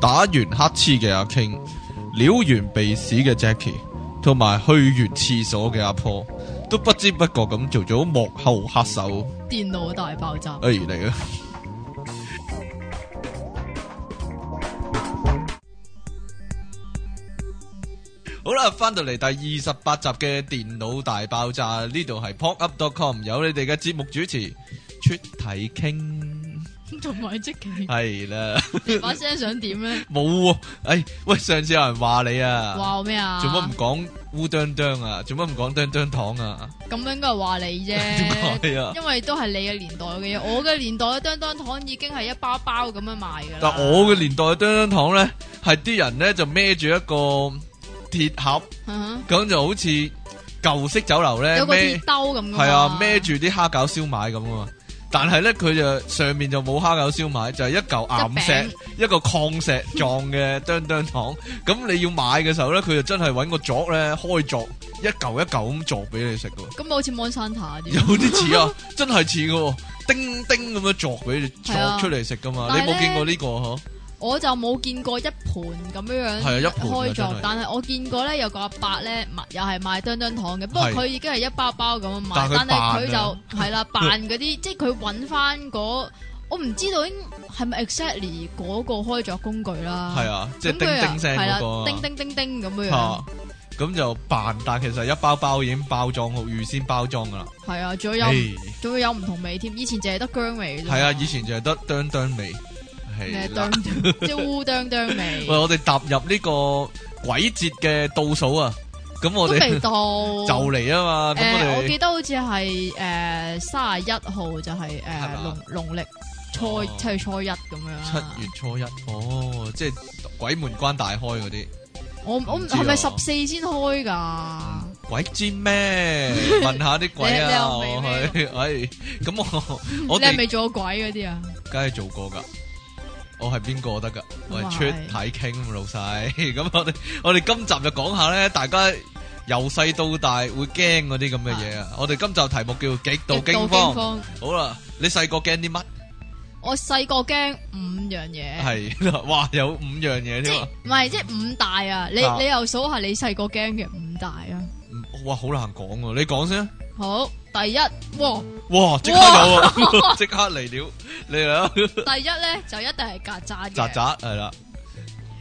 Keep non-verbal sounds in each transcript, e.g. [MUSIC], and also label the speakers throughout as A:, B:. A: 打完黑黐嘅阿 King，撩完鼻屎嘅 Jackie，同埋去完廁所嘅阿 Paul，都不知不覺咁做咗幕後黑手。
B: 電腦大爆
A: [LAUGHS]
B: 炸，
A: 哎嚟啦！好啦，翻到嚟第二十八集嘅電腦大爆炸，呢度係 popup.com 有你哋嘅節目主持出體傾，
B: 同埋即
A: [LAUGHS]
B: 期，
A: 係啦，
B: 你把聲想點咧？
A: 冇喎、哎喂，上次有人話你啊，
B: 話我咩啊？
A: 做乜唔講烏啄啄啊？做乜唔講啄啄糖啊？
B: 咁樣都係話你
A: [LAUGHS] 點
B: 啫，
A: 解啊？
B: 因為都係你嘅年代嘅嘢，我嘅年代當當糖已經係一包包咁樣賣噶啦。
A: 但我嘅年代嘅啄啄糖咧，係啲人咧就孭住一個鐵盒。
B: 嗯
A: 咁就好似舊式酒樓
B: 哼
A: 咧，
B: 有個
A: 孭
B: 鐵兜咁㗎嘛
A: 係啊孭住啲蝦餃燒賣咁啊嘛。但係咧，佢就上面就冇蝦餃燒賣，就係、一嚿岩
B: 一
A: 石，一個礦石狀嘅哚哚糖。咁你要買嘅時候咧，佢就真係揾個鑿咧開鑿，一嚿一嚿咁鑿俾你食嘅喎。
B: 咁好似 Monsanto
A: 有 [LAUGHS]
B: 啲。
A: 啲似啊，真係似嘅喎，叮叮咁樣鑿俾你
B: 係啊
A: 鑿出嚟食噶嘛。
B: 但
A: 你
B: 係
A: 冇見
B: 呢
A: 過呢、個嗬？
B: 我就冇見過一盤咁樣樣
A: 係啊一盤啊
B: 嗯開
A: 真
B: 作
A: 係，
B: 但係我見過咧有個阿伯咧，賣又係賣當當糖嘅，不過
A: 係
B: 佢已經係一包包咁樣
A: 但係佢
B: 賣，但係佢
A: 扮啊
B: 就
A: [LAUGHS]
B: 係啦扮嗰啲，即係佢揾翻嗰我唔知道應係咪 exactly 嗰個開作工具啦。
A: 係啊，即係
B: 咁
A: 叮
B: 佢
A: 叮聲
B: 係
A: 嗰
B: 啦
A: 個啊
B: 叮叮叮叮咁樣樣
A: 啊，，咁就扮，但其實一包包已經包裝好，預先包裝噶啦。
B: 係啊，仲有
A: 係
B: 仲會有唔同味添，以前淨係得姜味啫嘛。
A: 係啊，以前就係得哚哚味，
B: 咩
A: 係啦
B: 姜，。即係烏啄啄味
A: 喂，，我哋踏入呢個鬼節嘅倒數啊，咁
B: 都
A: 我哋
B: 未
A: [LAUGHS] 就
B: 到。
A: 嚟啊嘛，咁
B: 誒，
A: 我
B: 我記
A: 哋
B: 得好似係誒三十一號就係誒
A: 係嘛
B: 農農曆初
A: 哦
B: 七月初一咁樣啦。
A: 七月初一，哦，即係鬼門關大開嗰啲，
B: 我我唔
A: 唔知啊
B: 係咪十四先開㗎？
A: 鬼知
B: [LAUGHS]
A: 咩？問下啲鬼
B: 你你
A: 啊，
B: 又未
A: 我
B: 咩
A: 去， [LAUGHS] 哎，咁我
B: 你
A: 我
B: 係
A: 哋
B: 未做過鬼嗰啲啊？
A: 梗係做過噶。我係邊個得噶？我係
B: 咁啊係
A: 出體傾老細。 [LAUGHS] 咁我哋我哋今集就講下咧，大家由細到大會驚嗰啲咁嘅嘢啊！我哋今集題目叫極度
B: 極
A: 驚
B: 驚
A: 慌。！好啦，你細個驚啲乜？
B: 我細個驚五樣嘢，
A: 係啦，哇，有五樣嘢
B: 即
A: 添
B: 係
A: 啊！
B: 唔係即係五大啊？你
A: 啊
B: 你又數下你細個驚嘅五大啊？
A: [LAUGHS] 嗯哇，好難講喎，你講先啊。
B: 好，第一，哇，
A: 哇，即刻有啊！ [LAUGHS] 即刻嚟了，你啦，
B: 第一咧就一定係曱甴嘅。
A: 扎扎係啦。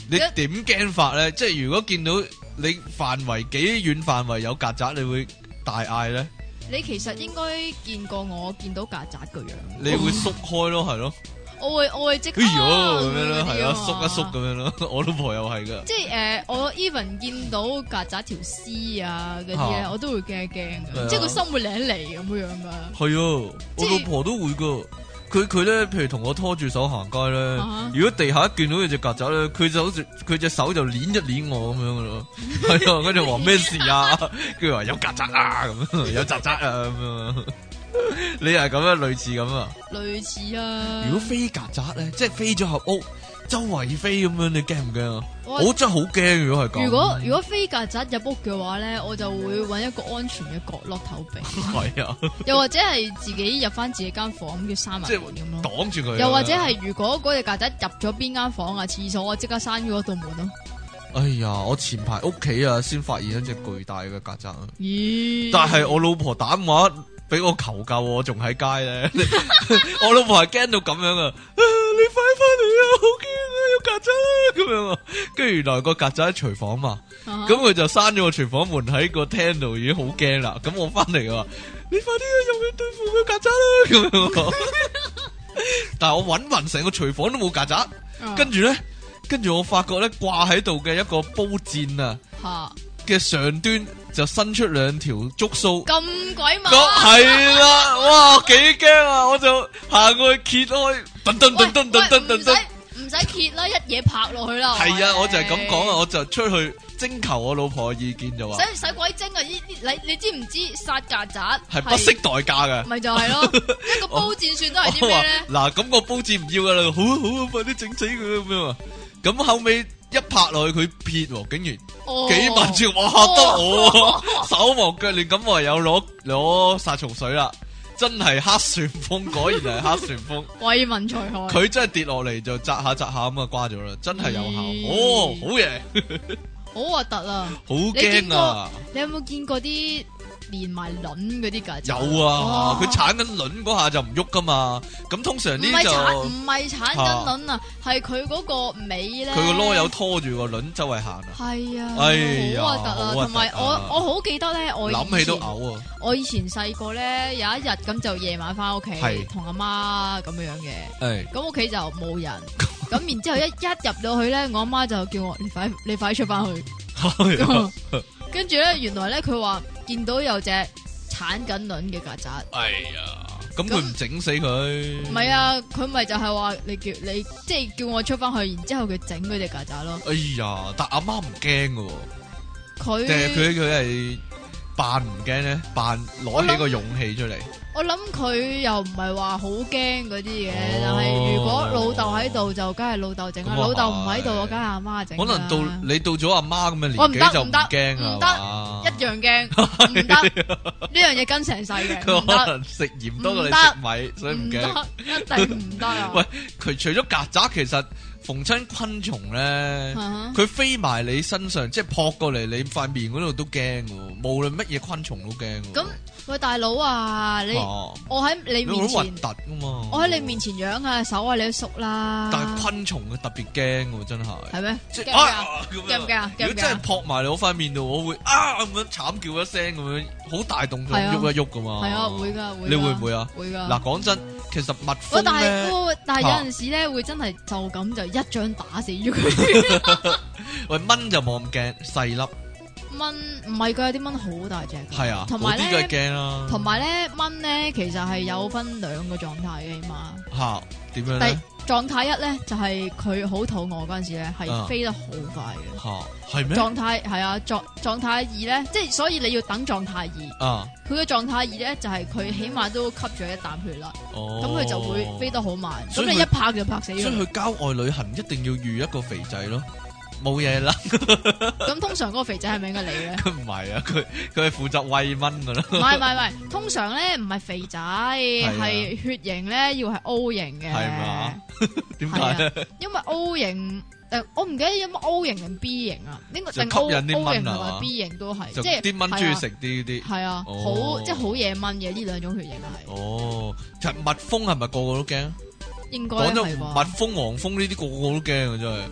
A: 你
B: 一
A: 點驚法咧？即係如果見到你範圍幾遠範圍有曱甴，你會大嗌咧？
B: 你其實應該見過我見到曱甴個樣，
A: 你會縮開咯，係咯，
B: 我會我會即刻
A: 哎呦咁樣咯，係咯，
B: 啊
A: 縮一縮咁樣咯， [LAUGHS] 我老婆又係噶，
B: 即係誒、呃我 even 見到曱甴條絲啊嗰啲咧，
A: 啊
B: 我都會驚一驚
A: 係啊
B: 嘅，即係個心會嚟一嚟咁樣噶。
A: 係啊，我
B: 即
A: 老
B: 係
A: 婆都會噶。佢佢咧，譬如同我拖住手行街咧
B: 啊，
A: 如果地下一見到有隻曱甴咧，佢就好似佢隻手就捻一捻我咁樣噶咯，係啊，跟住話咩事
B: [LAUGHS]
A: 啊？跟住話有曱甴啊，咁樣有曱甴啊，咁樣。你係咁樣類似咁啊？
B: 類似啊。
A: 如果飛曱甴咧，即係飛咗入屋，周圍飛咁樣，你驚唔驚啊？
B: 我
A: 我真係好驚，如果係咁。
B: 如果如果飛曱甴入屋嘅話咧，我就會揾一個安全嘅角落透
A: [LAUGHS]
B: 避，
A: 係啊。
B: 又或者係自己入翻自己間房叫閂埋
A: 即係
B: 門咁咯。
A: 擋住佢啊。
B: 又或者係如果嗰只曱甴入咗邊間房啊、廁所，我即刻閂咗嗰道門咯。
A: 哎呀，我前排屋企啊，先發現一隻巨大嘅曱甴啊，
B: 咦？
A: 但係我老婆打電話俾我求救，我仲喺街咧， [LAUGHS] 我老婆係驚到咁樣啊！啊你快翻嚟啊，好驚啊，有曱甴啊咁樣啊！跟住原來個曱甴喺廚房嘛，
B: 啊
A: 咁佢就閂咗個廚房門喺個廳度，已經好驚啦。咁我翻嚟啊，你快啲啊，入去對付個曱甴啦咁樣啊。但係我搵匀成個廚房都冇曱甴。
B: 啊
A: 跟住咧，跟住我發覺咧掛喺度嘅一個煲箭啊
B: 吓
A: 嘅上端就伸出兩條竹鬚，
B: 咁鬼猛
A: 咁。係啦，哇幾驚啊！我就行過去揭開，噔噔
B: 喂
A: 噔噔噔噔噔噔，
B: 喂唔使唔使揭啦，一嘢拍落去啦。
A: 係啊！
B: 喂
A: 我就係咁講啊，我就出去徵求我老婆嘅意見就話
B: 使唔使鬼精啊？呢啲你你知唔知殺曱甴
A: 係不惜代價嘅。
B: 咪就係
A: [LAUGHS]
B: 咯，一個煲戰算都係啲
A: 我
B: 咩
A: 話
B: 咧？
A: 嗱，咁個煲字唔要噶啦，好啊好啊，快啲整死佢咁樣啊！咁後尾一拍落去，佢撇喎，竟然。
B: 哦
A: 幾萬次，à. 哇！得我手忙腳亂咁，唯有攞攞殺蟲水啦，真係黑旋風，果然係黑旋風。
B: 為民除害。
A: 佢真係跌落嚟就砸下砸下咁啊，瓜咗啦，真係有效。
B: 咦
A: 哦，好嘢，
B: 好核突啊！
A: 好
B: 你見
A: 驚啊
B: 過！你有冇見過啲連埋卵嗰啲曱
A: 有
B: 甴？
A: 啊
B: 哇，
A: 佢產緊卵嗰下就唔喐噶嘛，咁通常
B: 唔
A: 呢
B: 係
A: 就
B: 產唔係產
A: 啊
B: 緊卵啊，係佢嗰個尾咧。
A: 佢個啰柚拖住個卵周圍行啊，
B: 係啊，
A: 哎呀
B: 好核突
A: 好核
B: 啊！
A: 突啊
B: 同埋我我好記得咧，我以前
A: 諗起都嘔啊！
B: 我以前細個咧有一日咁就夜晚翻屋企
A: 係
B: 同阿媽咁樣嘅，
A: 誒，
B: 咁屋企就
A: [LAUGHS]
B: 冇人，咁然之後一一入到去咧，我阿媽就叫我你快你快出翻
A: [LAUGHS]
B: 去，跟住咧原來咧佢話見到有隻產緊卵嘅曱甴。
A: 哎呀，咁佢唔整死佢？
B: 唔係啊，佢咪就係話你叫你即係叫我出翻去，然之後佢整嗰只曱甴咯。
A: 哎呀，但阿媽唔驚嘅喎，
B: 佢
A: 定係佢佢係扮唔驚咧？扮攞起個勇氣出嚟。
B: 我諗佢又唔係話好驚嗰啲嘅，
A: 哦
B: 但係如果老豆喺度就梗係老豆整啦，
A: 咁啊
B: 老豆唔喺度
A: 係
B: 我梗係阿媽整啦。
A: 可能到你到咗阿媽咁嘅年
B: 我唔得
A: 紀就唔驚
B: 唔
A: 啦，係嘛
B: 一樣驚，唔得呢樣嘢跟成世嘅，唔
A: [LAUGHS] 佢可
B: 得
A: 能食鹽多過你
B: 唔得
A: 食米，所以唔
B: 唔
A: 驚。
B: 得，一定唔得啊！
A: [LAUGHS] 喂佢除咗曱甴，其實逢親昆蟲咧，
B: 啊哈，
A: 佢飛埋你身上，即係撲過嚟你塊面嗰度都驚嘅喎，無論乜嘢昆蟲都驚嘅喎。
B: 咁喂大佬啊，你
A: 哦
B: 我喺你
A: 好
B: 面
A: 核
B: 前
A: 突，噶嘛！
B: 我喺你面，前養啊手啊，你都縮啦。
A: 但係昆蟲啊特別驚喎，真係。
B: 係咩？
A: 即
B: 驚
A: 係
B: 唔驚啊
A: 啊咁樣
B: 驚唔驚啊
A: 如果
B: 驚唔
A: 真
B: 驚
A: 係
B: 啊
A: 撲埋你我塊面度，我會啊咁樣慘叫一聲咁樣，好大動作
B: 係啊
A: 喐一喐噶嘛。
B: 係啊，會噶，會㗎。
A: 你會唔會啊？
B: 會噶。
A: 嗱，講真，其實蜜
B: 喂，
A: 蜂
B: 但係
A: 咧，
B: 喂但係
A: 啊
B: 有陣時咧，會真係就咁就一掌打死
A: [LAUGHS]
B: 咗佢。
A: 喂蚊就冇咁驚，細粒
B: 蚊唔係㗎，有啲蚊好大隻㗎。
A: 係啊，
B: 同埋
A: 嗰啲梗係
B: 咧，
A: 驚啦。
B: 同埋咧，蚊咧其實係有分兩個狀態嘅，起碼。
A: 吓點樣咧？
B: 第狀態一咧就係佢好肚餓嗰陣時咧，
A: 啊
B: 係飛得好快嘅。
A: 吓係咩？
B: 狀態係啊，狀狀態二咧，即係所以你要等狀態二。
A: 啊
B: 佢嘅狀態二咧就係佢起碼都吸咗一啖血啦，
A: 哦，
B: 咁佢就會飛。得好慢，咁
A: 所以
B: 你
A: 佢
B: 一拍就拍死
A: 所
B: 佢
A: 以。去郊外旅行一定要遇一個肥仔咯，冇嘢啦， [LAUGHS]
B: 咁通常嗰個肥仔係咪應該你咧？
A: 佢唔係啊，佢佢係負責餵蚊噶啦。 [LAUGHS]
B: 唔係唔係唔係，通常咧唔係肥仔，係血型咧要係 O 型嘅。
A: 啊係嘛？點
B: 係
A: 解咧？
B: 啊，因為 O 型誒，我唔記得有冇 O 型定 B 型啊？應該
A: 就
B: 定
A: 吸
B: O
A: 引啲
B: O
A: 蚊
B: 型
A: 啊
B: 同
A: 嘛
B: 埋 B 型都係，
A: 就
B: 即係啊
A: 啲蚊中意。食啲啲。
B: 係啊，
A: 哦
B: 好即係好野蚊嘅呢兩種血型啊係，
A: 哦，其實蜜蜂係咪個個都驚？
B: 應該
A: 講真，
B: 係
A: 蜜
B: 啩？
A: 蜂、黃蜂呢啲個個都驚啊，真係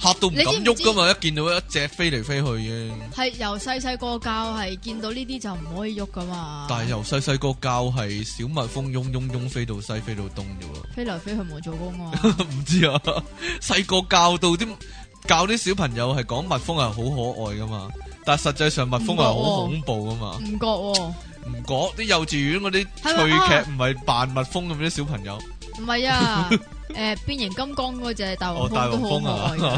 A: 嚇到唔
B: 你知
A: 敢
B: 唔
A: 喐
B: 知
A: 噶嘛！一見到一隻飛嚟飛去嘅，
B: 係由細細個教係見到呢啲就唔可以喐噶嘛。
A: 但係由細細個教係小蜜蜂嗡嗡嗡飛到西飛到東啫喎。 [LAUGHS]
B: 飛嚟飛去冇做工啊嘛。
A: 唔知啊，細個教到啲教啲小朋友係講蜜蜂係好可愛噶嘛，但係實際上蜜蜂係好恐怖噶嘛。
B: 唔覺喎，
A: 唔講啲幼稚園嗰啲
B: 係咪啊
A: 趣劇唔係扮蜜蜂咁啲小朋友，
B: 唔係啊，
A: [LAUGHS]
B: 誒變形金剛嗰只大
A: 哦
B: 黃
A: 大黃
B: 蜂都
A: 蜂
B: 好
A: 啊
B: 可愛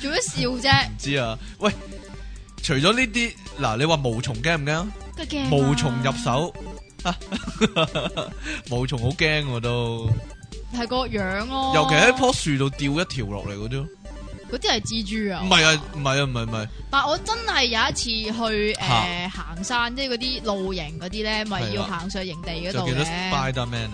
A: [LAUGHS]
B: 做咩笑啫？
A: 唔知啊。喂，除咗呢啲，嗱你話毛蟲驚唔驚啊？
B: 佢驚啊
A: 毛蟲入，手，毛蟲好驚喎都，
B: 係個樣咯。
A: 尤其喺棵樹度掉一條落嚟嗰啲咯，
B: 嗰啲係蜘蛛啊。
A: 唔係啊，唔係啊，唔係唔係，
B: 但我真係有一次去
A: 嚇
B: 誒行山，即係嗰啲露營嗰啲咧，咪
A: 係啦啊
B: 要行上營地嗰
A: 就
B: 度
A: 見到
B: 嘅。
A: Spiderman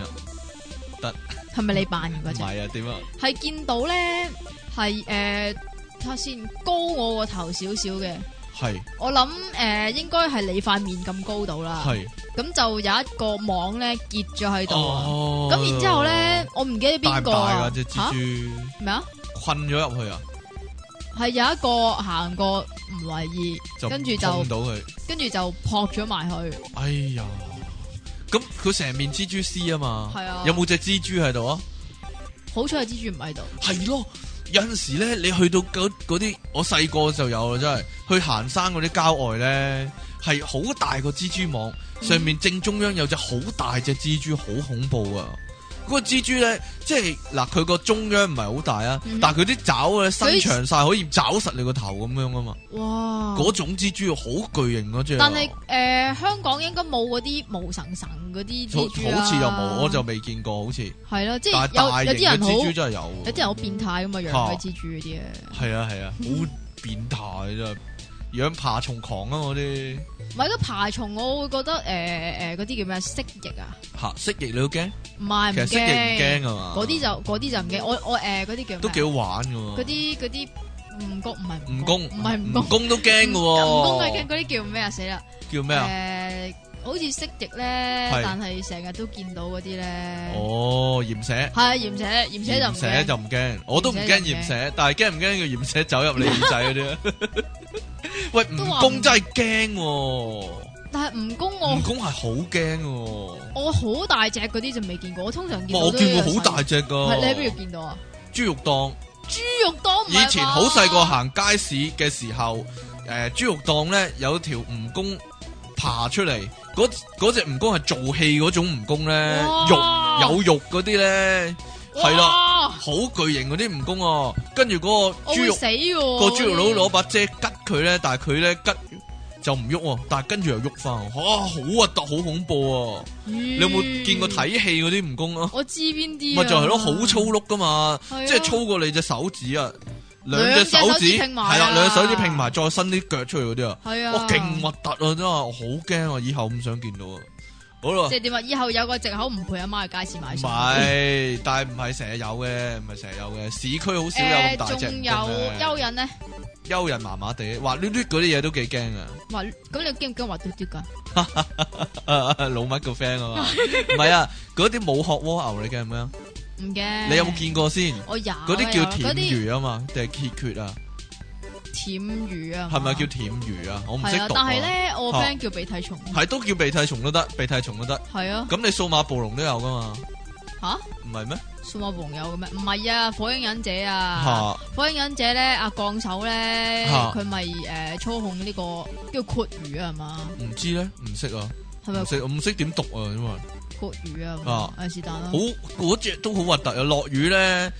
A: 啊，
B: 係咪你扮
A: 唔
B: 嘅嗰隻？
A: 係啊，點啊？
B: 係見到咧，係誒睇下先，高我個頭少少嘅。
A: 係
B: 我諗誒應該係你塊面咁高度啦。
A: 係。
B: 咁就有一個網咧結咗喺啊度啊。
A: 哦，
B: 咁然之後咧，我唔記得
A: 大
B: 邊
A: 唔
B: 個
A: 大噶
B: 啊
A: 只
B: 嚇
A: 蜘
B: 咩啊？
A: 蛛困咗入去啊，
B: 係有一個行過唔為意，
A: 就
B: 跟住就
A: 碰到佢，
B: 跟住就撲咗埋去。
A: 哎呀！咁佢成面蜘蛛絲啊嘛，
B: 係啊
A: 有冇隻蜘蛛喺度啊？
B: 好彩蜘蛛唔喺度，
A: 係咯，有陣時咧，你去到嗰嗰啲，我細個就有啦，真係去行山嗰啲郊外咧，係好大個蜘蛛網，上面正中央有隻好大隻蜘蛛，好恐怖啊！嗰、個蜘蛛咧，即係嗱，佢個中央唔係好大啊，
B: 嗯
A: 但係佢啲爪咧伸
B: 佢
A: 長晒，可以抓實你個頭咁樣啊嘛。
B: 哇！
A: 嗰啊種蜘蛛好巨型嗰只，
B: 但係诶、呃香港應該冇嗰啲毛神神嗰啲
A: 好
B: 蜘蛛啊
A: 好似又冇，我就未見過，好似。
B: 係咯，即
A: 但
B: 係
A: 係大
B: 有
A: 型
B: 有啲
A: 嘅
B: 人好
A: 蜘蛛真係有喎，
B: 有啲人好變態咁嘛，養佢蜘蛛嗰啲啊，
A: 係啊係啊，好變態真係。養爬蟲狂啊！我啲
B: 唔係，個爬蟲我會覺得誒誒嗰啲叫咩蜥蜴啊？
A: 吓蜥蜴你都驚？
B: 唔係唔
A: 其實蜥蜴唔
B: 驚，
A: 驚啊嘛，
B: 嗰啲就嗰啲就唔驚。我我誒嗰啲叫咩啊
A: 都幾好玩噶喎。
B: 嗰啲嗰啲蜈蚣唔係
A: 蜈
B: 蜈
A: 蚣
B: 唔係
A: 蜈
B: 蜈蚣，
A: 蚣都驚噶
B: 蜈蚣
A: 喎
B: 佢驚，嗰啲叫咩啊？死啦！
A: 叫咩啊？
B: 誒，好似蜥蜴咧
A: 係，
B: 但係成日都見到嗰啲咧，
A: 哦，鹽蛇。
B: 係鹽蛇，鹽蛇就唔
A: 鹽蛇
B: 驚。
A: 就唔驚，我都唔驚
B: 鹽
A: 鹽
B: 蛇
A: 蛇，但係驚唔驚個鹽蛇走入你耳仔嗰
B: [LAUGHS]
A: 啲啊？喂，蜈
B: 都話
A: 蚣真係驚喎，
B: 但係蜈
A: 蜈
B: 蚣我
A: 蚣係好驚喎。
B: 我好大隻嗰啲就未見過，我通常見
A: 哇
B: 到
A: 我
B: 都
A: 見
B: 有
A: 過好大
B: 細，
A: 隻噶，
B: 係你喺邊度見到啊？
A: 豬肉檔。
B: 豬肉多唔係
A: 以
B: 嘛
A: 前好細個，行街市嘅時候，誒、豬肉檔咧有條蜈蚣爬出嚟，嗰嗰只蜈蚣係做戲嗰種蜈蚣咧，
B: 哇
A: 肉有肉嗰啲咧，係啦，
B: 啦，
A: 好巨型嗰啲蜈蚣啊，跟住嗰個
B: 我
A: 豬
B: 會
A: 肉
B: 死嘅喎。
A: 個豬肉佬攞把遮拮佢咧，但係佢咧拮就唔喐喎，但係跟住又喐翻，哇、好核突，好恐怖啊！
B: 你
A: 你有冇見過？睇戲嗰啲蜈蚣啊？
B: 嗯我知邊啲啊，
A: 咪就係咯，好粗碌噶嘛，
B: 係啊
A: 即係粗過你隻手指啊，兩隻
B: 兩隻
A: 手
B: 手
A: 指
B: 指
A: 係
B: 拼埋啊
A: 啦，兩隻手指拼埋，再伸啲腳出去嗰啲啊，
B: 係啊，
A: 哇，勁核突啊，真係，我好驚啊，以後唔想見到啊。好啦
B: 即，係點啊？以後有個藉口唔陪阿媽去街市買
A: 唔
B: 餸。
A: 係，但係唔係成日有嘅，唔係成日有嘅，市區好少有咁
B: 誒，
A: 大隻
B: 仲
A: 蜈
B: 有
A: 蚣嘅。
B: 蚯蚓咧，
A: 蚯蚓麻麻地，滑捋捋嗰啲嘢都幾驚
B: [LAUGHS]
A: 啊。
B: 滑咁你驚唔驚滑嘟嘟噶？
A: 老乜個 friend 啊
B: [LAUGHS]
A: 嘛，唔係啊，嗰啲冇殼蝸牛你驚唔驚？
B: 唔驚。
A: 你有冇？見過先？
B: 我有。
A: 嗰啲叫
B: 哦有
A: 舔
B: 嗰啲
A: 魚啊嘛，定係鐵缺啊？
B: 舔魚啊？
A: 係咪叫舔魚啊？我唔識
B: 係啊，
A: 讀啊。
B: 但係咧，我 friend 叫鼻涕蟲。
A: 係都叫鼻涕蟲都得，鼻涕蟲都得。
B: 係啊。
A: 咁你數碼暴龍都有噶嘛？
B: 吓？
A: 唔係咩？
B: 數碼朋友嘅咩？唔係啊，火影忍者啊。
A: 嚇
B: 火影忍者咧，阿降手咧
A: 嚇，
B: 佢咪誒操控呢個叫括魚啊係嘛？
A: 唔知咧，唔識啊，
B: 係咪
A: 唔識，我唔識點讀啊，因為
B: 括魚啊咁
A: 啊
B: 啊？誒是但啦
A: 好。嗰只都好核突啊！落雨咧，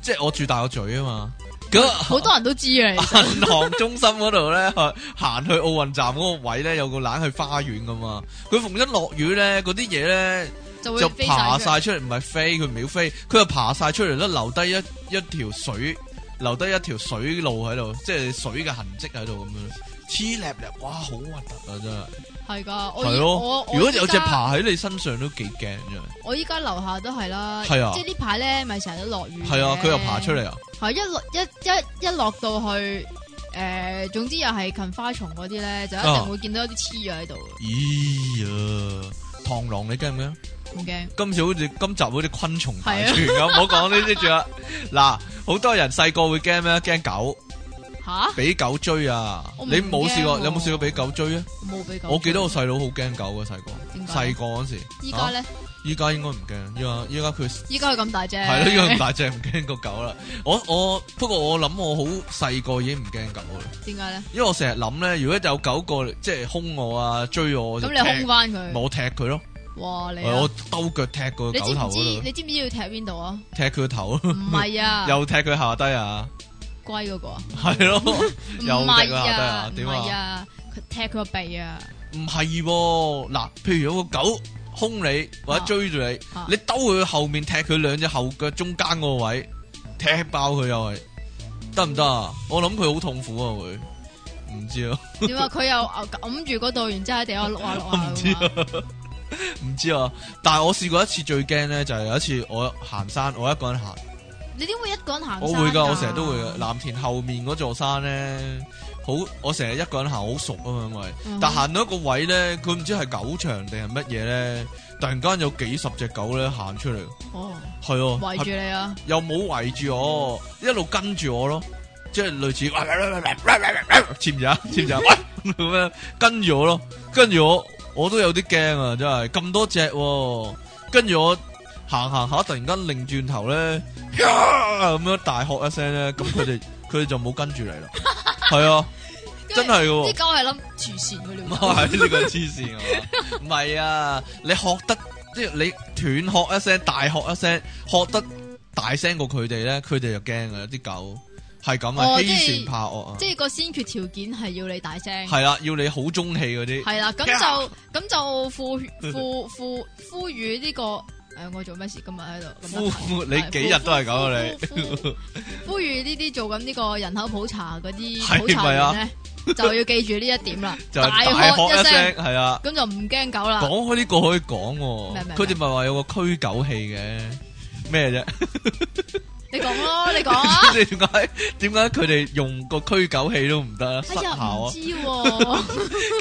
A: 即係我住大個嘴啊嘛。嗰
B: 好多人都知啊，其實
A: 銀行中心嗰度咧，行去奧運站嗰個位咧，有個冷氣花園噶嘛。佢逢一落雨咧，嗰啲嘢咧
B: 就
A: 就
B: 會飛
A: 爬
B: 晒
A: 晒出嚟，唔係飛，佢唔要飛，佢就爬晒出嚟咧，留低一一條水，留低一條水路喺度，即係水嘅痕跡喺度咁樣，黐立立，哇，好核突啊真係。
B: 出嚟，係噶。我
A: 係
B: 我
A: 咯，
B: 我
A: 如果有
B: 依家
A: 隻爬喺你身上都幾驚真
B: 我依家樓下都係啦，
A: 係啊
B: 即係呢排咧咪成日都落雨嘅，
A: 係。係啊，佢又爬出嚟啊，
B: 係一落一一一落到去誒，總之又係近花叢嗰啲咧，就一
A: 啊
B: 定會見到一啲黐咗喺度，
A: 咦呀，螳螂你驚唔驚？
B: 唔驚。
A: 今次好似今集好似昆蟲大全咁，唔好講呢啲住啦。嗱，好多人細個會驚咩？驚狗，
B: 吓？
A: 俾狗追啊！
B: 我唔
A: 你冇試過，
B: 驚喎
A: 你有冇試過俾狗追啊？
B: 冇俾狗。
A: 我記得我細佬好驚狗嘅細個，
B: 點解
A: 細個嗰時。
B: 依家
A: 啊，
B: 咧，
A: 依家應該唔驚，依家依家佢
B: 依家佢咁大隻，
A: 係咯，依家
B: [LAUGHS]
A: 咁大隻唔驚個狗啦。我我不過我諗我好細個已經唔驚狗啦，
B: 點解咧？
A: 因為我成日諗咧，如果有狗過嚟即係兇我啊追我，我就
B: 咁你空
A: 踢
B: 翻
A: 咪
B: 佢，
A: 我踢佢咯，
B: 哇你啊！
A: 我兜腳踢個
B: 你知
A: 狗
B: 唔
A: 頭
B: 知？
A: 嗰度，
B: 你知唔知要踢邊
A: [LAUGHS]
B: 度啊？
A: 踢佢個頭咯。
B: 唔係啊，
A: 又踢佢下低啊，
B: 龜嗰個啊？
A: 系咯，
B: [LAUGHS] 唔
A: 又踢
B: 係
A: 佢下低啊
B: 啊，唔
A: 點啊
B: 係啊，佢踢佢個鼻啊！
A: 唔係喎，嗱，譬如有個狗凶你或者追住你，
B: 啊
A: 你兜佢後面踢佢兩隻後腳中間嗰個位，踢爆佢又係得唔得啊？我諗佢好痛苦啊，會唔知啊， [LAUGHS]
B: 點啊？佢又揞揞住嗰度，然之後喺地下碌下碌下
A: 唔知
B: 咁啊。
A: 啊，唔知啊。但係我試過一次最驚咧，就係有一次我行山，我一個人行，
B: 你點會一個人行山？
A: 我會㗎，我成日都會㗎。藍田後面嗰座山咧，好，我成日一個人行，好熟啊嘛，因為。
B: 嗯
A: 但行到一個位咧，佢唔知係狗場定係乜嘢咧，突然間有幾十隻狗咧行出嚟，
B: 哦， [LAUGHS]
A: 係啊，
B: 圍住
A: 係
B: 你啊！
A: 又冇圍住我，一路跟住我咯，即係類似，似唔似啊？似唔似啊？喂咁樣跟住我咯，跟住我，我都有啲驚啊！真係咁多隻喎，跟住我行行下，突然間擰轉頭咧，呀咁樣大喝一聲咧，咁佢哋佢哋就冇跟住嚟啦，
B: [LAUGHS]
A: 係啊，真係嘅喎
B: 啲。狗係諗慈善嘅 [LAUGHS]
A: 唔
B: 了，
A: 係呢個黐線啊！唔係啊，你學得即係你斷學一聲，大學一聲，學得大聲過佢哋咧，佢哋就驚啊！啲狗係咁啊，
B: 哦
A: 欺
B: 即係
A: 善怕惡啊，
B: 即係個先決條件係要你大聲。
A: 係啦，要你好中氣嗰啲，
B: 係啦，咁就咁就呼呼呼呼籲呢個誒，我做咩事今日喺度？咁得
A: 呼
B: 閒
A: 你幾日都係咁啊！你
B: 呼呼呼呼呼籲呢啲做緊呢個人口普查嗰啲
A: 係
B: 普查
A: 咪啊，
B: 員咧，就要記住呢一點啦
A: [LAUGHS] 就係
B: 大
A: 大喝
B: 喝
A: 一
B: 一聲
A: 聲，，係啊。
B: 咁就唔驚狗啦。
A: 講開呢個可以講喎
B: 咩，咩
A: 佢哋咪話有個驅狗器嘅咩啫？。
B: 你講咯，你講啊
A: [LAUGHS] 即係點解點解佢哋用個驅狗器都唔得啊？失效
B: 哎呀，唔
A: 啊！
B: 知
A: [LAUGHS]
B: 喎，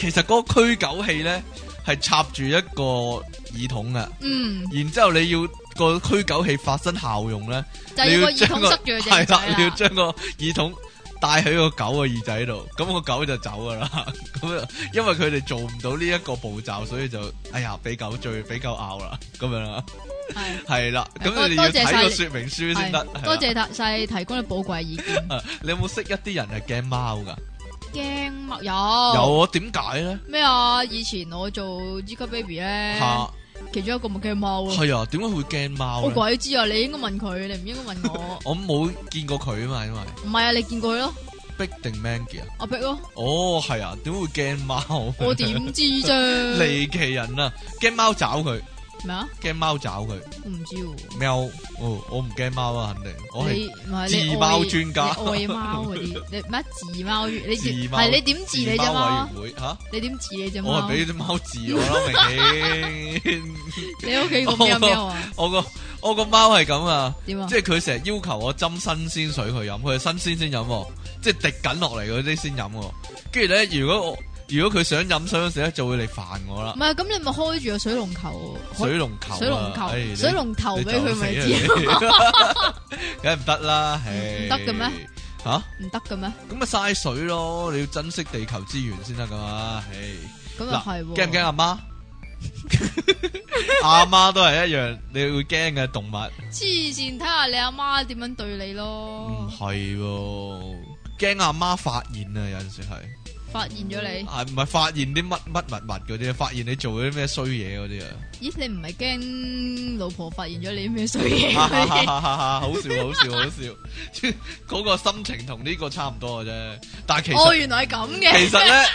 A: 其實嗰個驅狗器咧係插住一個耳筒嘅，
B: 嗯，
A: 然之後你要個驅狗器發生效用咧，
B: 就
A: 你
B: 係個
A: 要
B: 耳
A: 將
B: 筒
A: 個
B: 塞住
A: [LAUGHS]
B: 佢隻耳
A: 係
B: 仔啊
A: 啦，你要
B: 啦。
A: 將個耳筒戴喺個狗嘅耳仔度，咁個狗就走噶啦。 [LAUGHS] 咁啊，因為佢哋做唔到呢一個步驟，所以就哎呀，俾狗追，俾狗咬啦，咁樣啦，
B: 係
A: 係啦。咁
B: 多
A: 你哋要
B: 多謝
A: 睇
B: 晒
A: 個
B: 你
A: 說明書先得。
B: 係多
A: 係啦。
B: 謝晒提供嘅寶貴意見。
A: 啊你有冇識一啲人係驚貓噶？
B: 驚乜
A: 有
B: 有？
A: 啊，點解咧？
B: 咩啊？以前我做 g a Baby 咧，
A: 吓，
B: 其中一個咪驚貓咯。
A: 係啊，點解會驚貓
B: 我
A: 咧？。
B: 鬼知啊！你應該問佢，你唔應該問我
A: 我冇見過佢啊嘛，因為
B: 唔係啊，你見過佢咯，
A: [LAUGHS] 逼定 Mangy 啊？
B: 阿碧咯，
A: 哦，係啊，點會驚貓？啊
B: 我點知啫？
A: 離奇人啊，驚貓找佢，
B: 咩啊？
A: 驚貓找佢。
B: 我唔知喎。
A: 喵，哦，我唔驚貓啊，肯定，我係
B: 你唔係你
A: 治
B: 愛
A: 貓專家
B: 你愛貓嗰啲，你咩治貓？你
A: 治
B: 治
A: 貓
B: 係你點治你
A: 治
B: 啫
A: 貓
B: 嘛？
A: 委員會吓，
B: 你點治你啫
A: 我係
B: 嘛？
A: 俾啲貓治我啦，明顯。 [LAUGHS]
B: 你屋企個喵喵啊？
A: 我個我個貓係咁啊，
B: 點啊
A: 即？係佢成日要求我斟新鮮水佢飲，佢係新鮮先飲喎，即係滴緊落嚟嗰啲先飲喎。跟住咧，如果我如果佢想飲水嗰時咧，就會嚟煩我啦
B: 唔。係咁，你咪開住個水龍頭，
A: 水龍球啊，
B: 水龍
A: 哎
B: 頭，
A: 你
B: 水龍頭俾佢咪知，
A: 你走死啊你 [LAUGHS] 梗係唔得啦，唉
B: 唔得嘅咩？
A: 吓？
B: 唔得嘅咩？
A: 咁咪嘥水咯，你要珍惜地球資源先得噶嘛。唉，
B: 咁又啊
A: 嗱
B: 係喎，
A: 驚唔驚啊阿
B: [LAUGHS]
A: 媽？阿媽都係一樣，你會驚嘅動物。
B: 黐線，睇下你阿媽點樣對你咯
A: 唔。係喎，驚阿媽發現啊！有陣時係，
B: 發現咗你，
A: 係唔係發現啲乜乜物物嗰啲啊？發現你做咗啲咩衰嘢嗰啲啊？
B: 咦？你唔係驚老婆發現咗你咩
A: [LAUGHS]
B: 衰嘢
A: 哈哈
B: 嗰
A: 哈
B: 啲？
A: 哈哈哈好笑好笑好笑， [LAUGHS] 嗰個心情同呢個差唔多嘅啫。但係其
B: 哦，
A: 實
B: 原來係咁
A: 其
B: 嘅。
A: 實咧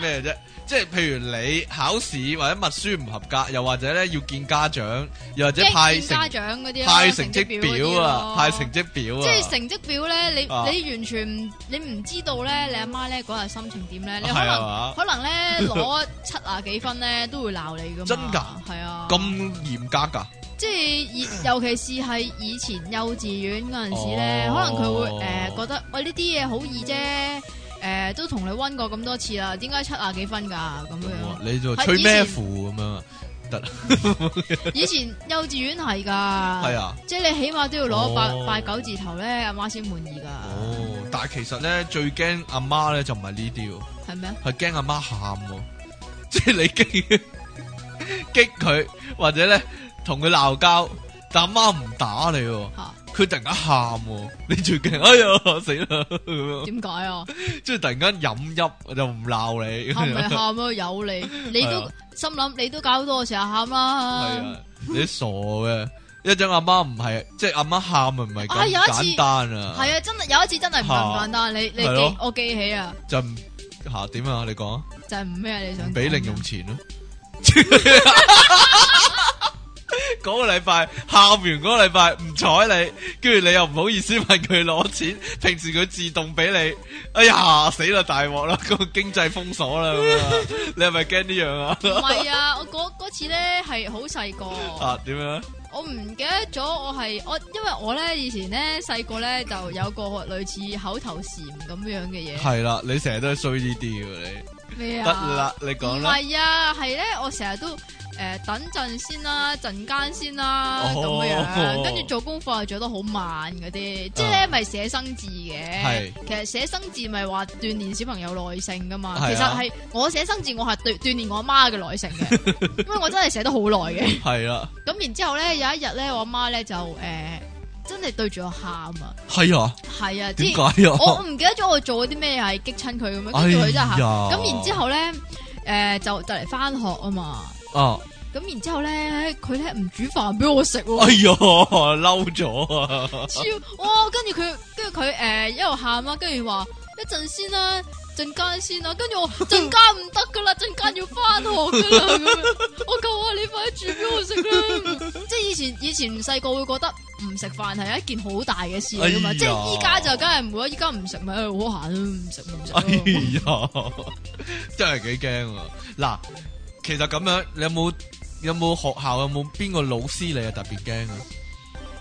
A: 咩啫？即係譬如你考試或者默書唔合格，又或者咧要見家長，又或者
B: 驚
A: 派
B: 見
A: 成
B: 家長嗰啲咯啊
A: 派成
B: 成
A: 績
B: 嗰啲
A: 表啊，
B: 咯
A: 派成績表啊，
B: 即係成績表咧，你
A: 啊
B: 你完全唔你唔知道咧，你阿媽咧嗰日心情點咧？你可
A: 係啊
B: 能
A: 嘛
B: 可能咧攞七啊幾分咧都會鬧你噶嘛？
A: 真㗎
B: 係啊，
A: 咁嚴格㗎。
B: 即係
A: [LAUGHS]
B: 以尤其是係以前幼稚園嗰陣時咧，
A: 哦
B: 可能佢會誒覺得喂呢啲嘢好易啫，誒都同你温過咁多次啦，點解七啊幾分㗎咁
A: 哇
B: 樣？
A: 啊你就
B: 啊係
A: 吹
B: 以
A: 咩
B: 前
A: 符咁樣啊？
B: 以前幼稚園係㗎，
A: 係
B: 係
A: 啊，
B: 即係你起碼都要攞
A: 哦
B: 八八九字頭咧，阿媽先滿意㗎，
A: 哦，但係其實咧最驚阿媽咧就唔係呢啲喎，
B: 係咪啊？
A: 係驚阿媽喊喎， [LAUGHS] 即係你激 [LAUGHS] 激佢或者咧同佢鬧交，但阿媽唔打你喎，
B: 嚇
A: 佢突然間喊喎，你最驚哎呀 [LAUGHS] 死啦咁樣，
B: 點解啊？
A: 即係突然間飲泣就唔鬧你，[LAUGHS]
B: 喊咪
A: 係
B: 喊咯，有你，你
A: 係
B: 都
A: 啊
B: 心諗，你都搞到我成日喊啦。
A: 啊，你傻嘅。一陣阿媽唔係，即係阿媽喊啊，唔係
B: 啊
A: 咁
B: 有一次
A: 簡單啊，
B: 係啊，真係有一次真係唔
A: 嚇
B: 咁簡單，你你
A: 係咯
B: 記我記起啊，
A: 就唔吓點啊？你講啊
B: 就係唔咩你想
A: 唔俾
B: 講
A: 零
B: 啊
A: 用錢咯。嗰個禮拜喊完嗰個禮拜唔睬你，跟住你又唔好意思問佢攞錢，平時佢自動俾你，哎呀死啦大鑊啦，個經濟封鎖啦咁啊！你係咪驚呢樣啊？
B: 唔係啊，我
A: [LAUGHS]
B: 嗰嗰次咧係好細個，
A: 啊點樣咧？
B: 我唔記得咗我係我，因為我咧以前咧細個咧就有個類似口頭禪咁樣嘅嘢，
A: 係啦，你成日都係衰呢啲嘅你，
B: 咩
A: 得
B: 啊？
A: 啦，你
B: 唔
A: 講啦，
B: 係啊，係咧，我成日都诶、呃等陣先啦，陣間先啦，
A: 哦
B: 咁、樣，跟住做功課又做得好慢嗰啲，即係
A: 啊
B: 咧咪寫生字嘅
A: 係。
B: 其實寫生字咪話鍛鍊小朋友耐性噶嘛。
A: 係啊
B: 其實係我寫生字，我係鍛锻炼我媽嘅耐性嘅，
A: [LAUGHS]
B: 因為我真係寫得好耐嘅。
A: 係啦，
B: 咁然之后咧，有一日咧，我媽咧就诶、呃真係對住我喊啊，
A: 係啊，
B: 係啊，
A: 點
B: 即係
A: 解啊？
B: 我我唔記得咗我做咗啲咩係激親佢咁樣，跟住佢真係
A: 哎
B: 喊。
A: 呀
B: 咁然之後咧，诶、就就嚟翻學啊嘛。
A: 啊，
B: 咁然之後咧，佢咧唔煮飯俾我食喎、
A: 哎呀嬲咗啊！
B: 超哇！跟住佢，跟住佢誒一路喊啦，跟住話一陣先啦，陣阵间先啦，跟
A: [LAUGHS]
B: 住我阵间唔得噶啦，阵间要翻學噶啦，咁樣我求下你快啲煮俾我食啦。即系以前以前細個會覺得唔食飯係一件好大嘅事嚟噶嘛，
A: 哎呀
B: 即系依家就梗係唔會啦，依家唔食咪誒好閒咯，啊唔食咪唔食
A: [LAUGHS] 哎
B: 咯。
A: 呀，真系几惊啊！嗱，其实咁样，你有冇有冇学校有冇边个老师你系特别惊啊？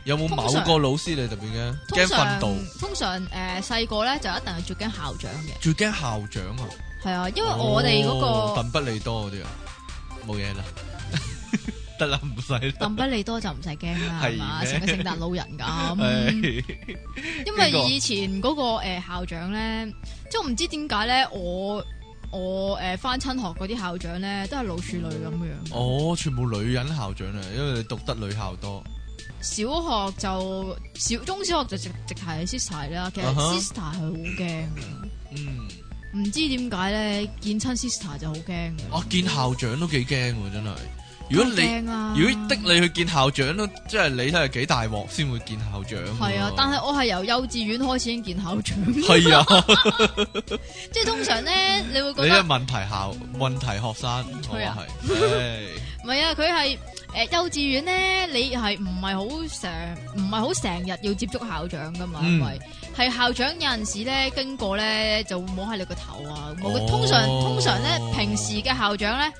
A: 有冇某
B: 通常
A: 个老师你特别惊？
B: 通
A: 惊训
B: 常
A: 导，
B: 通常呃诶细个咧就一定係最驚校長嘅，
A: 最惊校长啊！哦
B: 係啊，因為我哋嗰個
A: 邓不利多嗰啲啊，冇嘢啦， [LAUGHS] 得啦，唔使啦
B: 鄧。不利多就唔使
A: [LAUGHS]
B: 驚啦，係嘛，
A: 係咩
B: 成個聖誕老人咁。
A: [LAUGHS] 係
B: 因為
A: 邊個
B: 以前嗰、個个呃校長咧，即系我唔知點解咧，我我诶翻親學嗰啲校長咧，都係老處女咁樣。
A: 哦，全部女人校長啊，因為你讀得女校多。
B: 小學就小中小學就直直系 sister 啦，其實
A: 啊哈
B: sister 係好驚嘅，
A: 嗯，
B: 唔知點解咧見親 sister 就好驚嘅。
A: 我啊見校長都幾驚喎，真係。哦如果你
B: 驚啊，
A: 如果的你去見校長都，即係你睇下幾大鑊先會見校長喎。
B: 系啊，但係我係由幼稚園開始已經見校長，
A: 係 [LAUGHS] 啊，
B: [LAUGHS] 即系通常咧你會
A: 你
B: 覺
A: 係
B: 得
A: 問題校問題學生，我
B: 吹啊
A: 話係。
B: 唔係啊，佢係诶幼稚園咧，你係唔係好成唔係好成日要接觸校長噶嘛？
A: 嗯
B: 因為係校長有陣時咧經過咧就會摸下你個頭啊！我
A: 哦
B: 通常通常咧平時嘅校長咧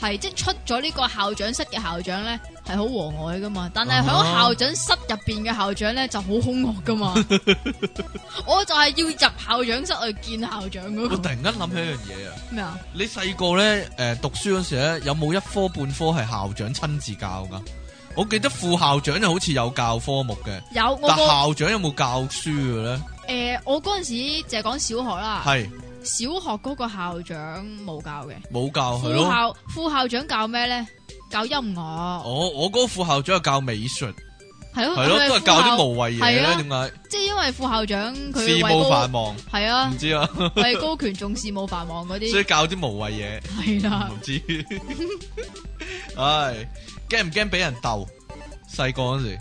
B: 係即係出咗呢個校長室嘅校長咧係好和蔼噶嘛，但係
A: 啊
B: 喺
A: 哈
B: 校長室入邊嘅校長咧就好兇惡噶
A: [LAUGHS]
B: 嘛。我就係要入校長室去見校長嗰、
A: 我
B: 個
A: 突然間諗起一樣嘢啊！
B: 咩啊？
A: 你細個咧，誒讀書嗰時咧，有冇一科半科係校長親自教噶？我記得副校長就好似有教科目嘅，
B: 有我
A: 但
B: 個
A: 校長有冇教書嘅咧？
B: 誒、我嗰陣時就係講小學啦。
A: 係
B: 小學嗰個校長冇教嘅，
A: 冇教
B: 副
A: 佢哦咯。
B: 校副校長教咩咧？教音樂，
A: 我我嗰個副校長係教美術，
B: 啊係咯，
A: 哦係咯，
B: 因為
A: 都係
B: 副
A: 教
B: 校
A: 啲無謂嘢
B: 係
A: 咧。
B: 啊
A: 點解
B: 即係因為副校長佢
A: 事
B: 位
A: 務
B: 高
A: 繁忙？
B: 係啊
A: 唔，知啊，
B: 位高權重事務
A: [LAUGHS]
B: 繁忙嗰
A: 所以
B: 啲
A: 教啲無謂
B: 係
A: 嘢，
B: 啦
A: 唔。知。 [LAUGHS] 唉，驚唔驚俾人鬥？細個嗰時，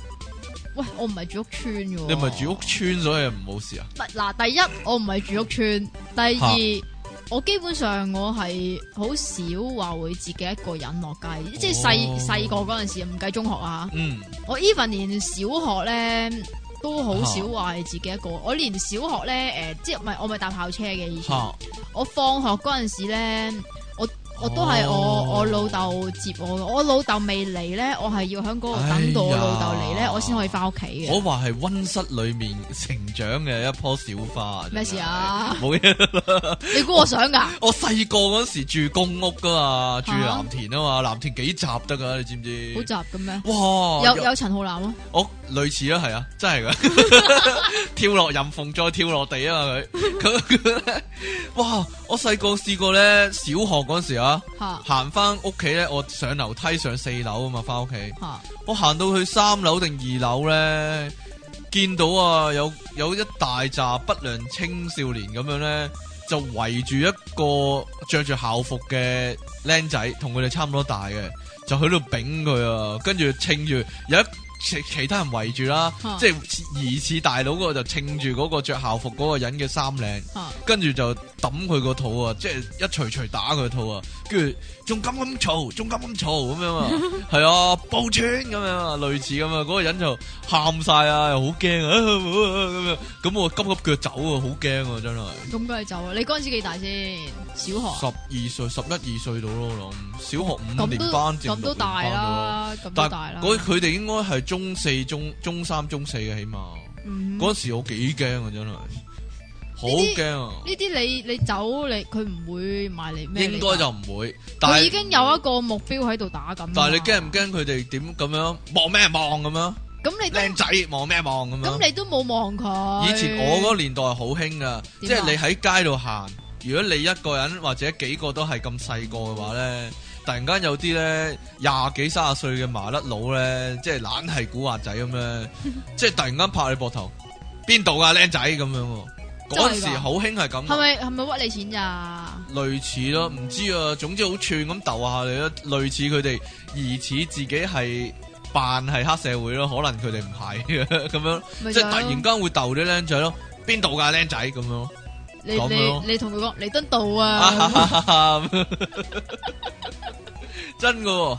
B: 喂，我唔係住屋村嘅喎，
A: 你咪住屋村，所以唔好事啊。
B: 唔係？嗱，第一我唔係住屋村，第二我基本上我係好少話會自己一個人落街，即係
A: 哦
B: 細細個嗰陣時，唔計中學啊。
A: 嗯，
B: 我 even 連小學咧都好少話係自己一個，
A: 啊
B: 我連小學咧诶、誒即係唔係我咪搭校車嘅以前，
A: 嚇，
B: 我放學嗰阵时咧，我我都係我、
A: 哦
B: 我老豆接我嘅，我老豆未嚟咧，我係要喺嗰度等到我
A: 哎呀
B: 老豆嚟咧，我先可以翻屋企嘅。
A: 我話係温室裏面成長嘅一棵小花。
B: 咩事啊
A: 真係？冇嘢。 [LAUGHS]
B: 你估我想㗎？
A: 我細個嗰時住公屋噶嘛，住
B: 啊
A: 藍田啊嘛，藍田幾雜得噶，你知唔知？
B: 好雜嘅咩？
A: 哇！
B: 有有陳浩南啊咯，
A: 我類似啊，係啊，真係噶，跳落任縫再跳落地啊嘛佢，佢佢咧，哇！我細個試過咧，小學嗰時啊，
B: 吓
A: 行翻屋企咧，我上樓梯上四樓啊嘛，翻屋企，
B: 吓
A: 我行到去三樓定二樓咧，見到啊有有一大扎不良青少年咁樣咧，就圍住一個着住校服嘅僆仔，同佢哋差唔多大嘅，就喺度丙佢啊，跟住稱住有一。其其他人圍住啦，
B: 啊
A: 即係疑似大佬嗰個就稱住嗰個着校服嗰個人嘅衫領，
B: 吓，
A: 跟住就揼佢個肚啊，即係一捶捶打佢個肚啊，跟住仲咁咁嘈，仲咁咁嘈咁樣
B: [LAUGHS]
A: 啊，係啊，暴喘咁樣啊，類似咁啊，嗰、個人就喊晒啊，又好驚啊 [LAUGHS] 咁樣，咁我急急腳走啊，好驚啊，真係
B: 咁梗係走啦。你嗰阵时几大先？小
A: 十
B: 學
A: 二歲、十一二歲到咯，我諗小學五
B: 咁
A: 年
B: 都
A: 班至
B: 咁都大啦，咁
A: 但
B: 都大
A: 係
B: 啦。
A: 嗰佢哋應該係中四、中中三、中四嘅起碼，
B: 嗯
A: 嗰、時我幾驚啊，真係好
B: 啲
A: 驚啊！
B: 呢啲你你走你佢唔會買你咩嚟㗎？
A: 應該就唔會，但
B: 佢
A: 係
B: 已經有一個目標喺度打緊。
A: 但系你驚唔？驚佢哋點咁樣望咩望咁樣？
B: 咁你都
A: 靚仔望咩望咁
B: 咁
A: 樣？
B: 你都啊冇望佢。
A: 以前我嗰個年代好興噶，即係你喺街度行，如果你一個人或者幾個都係咁細個嘅話咧，突然間有啲咧廿幾三十歲嘅麻甩佬咧，即係懶係古惑仔咁
B: [LAUGHS]
A: 咧，即係突然間拍你膊頭，邊度啊靚仔咁樣喎？嗰陣
B: 真係㗎
A: 時好興係咁啊
B: 係
A: 㗎，
B: 咪係咪屈你錢咋？
A: 類似咯，唔知啊，總之好串咁鬥下你咯，類似佢哋疑似自己係扮係黑社會咯，可能佢哋唔係嘅咁樣， [LAUGHS]
B: 咪
A: 即
B: 就
A: 係突然間會鬥啲僆仔咯，邊度㗎僆仔咁樣咯，
B: 你
A: 咁樣
B: 你
A: 咯
B: 你同佢講彌敦道啊，
A: 啊 [LAUGHS] 真噶、喎，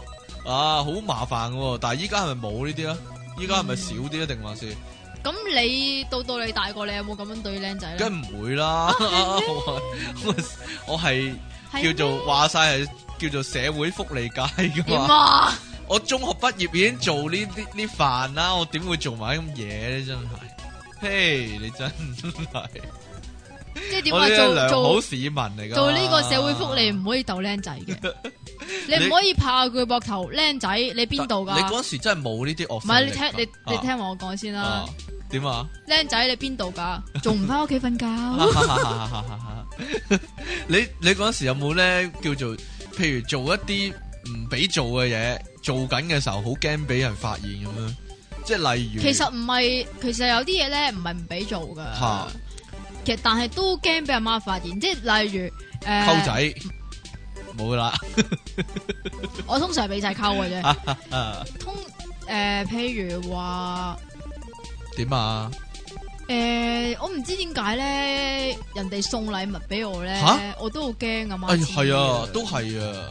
A: 啊，好麻煩噶、喎。但係依家係咪冇呢啲啊？依家係咪少啲啊？定還是
B: 咁你到到你大個，你有冇咁樣對僆仔咧？
A: 梗係唔會啦？ [LAUGHS] 我係我係
B: 係啊
A: 叫做
B: 咩
A: 話晒係叫做社會福利界噶
B: 點
A: 嘛。
B: 啊？
A: 我中學畢業已經做呢啲呢飯啦，我點會做埋咁嘢咧？真係，嘿，你真係
B: 即係點
A: 我呢
B: 啊？
A: 啲
B: 做
A: 良好
B: 做
A: 市民嚟噶。
B: 做呢個社會福利唔可以鬥僆仔嘅，你
A: [LAUGHS] 你
B: 唔可以拍下佢膊頭，僆仔你邊度㗎？
A: 你嗰時真係冇呢啲惡
B: 唔
A: 勢力
B: 係你聽
A: 㗎
B: 你你
A: 啊
B: 聽我講先啦
A: 啊，點啊？
B: 僆仔你邊度㗎？
A: [LAUGHS]
B: 仲唔翻屋企瞓覺？
A: 你你嗰陣時有冇咧叫做，譬如做一啲唔俾做嘅嘢，做緊嘅時候好驚俾人發現咁樣，即係例如，
B: 其實唔係，其實有啲嘢咧唔係唔俾做噶
A: 嚇，
B: 其實但係都驚俾阿媽發現，即係例如呃诶，
A: 溝仔冇啦，
B: 我通常係俾晒溝嘅
A: 啊
B: 啫，通诶、譬如話
A: 點啊？
B: 诶、我唔知點解咧，人哋送禮物俾我咧
A: 嚇，
B: 我都好驚阿
A: 哎
B: 媽。
A: 係啊，都係啊，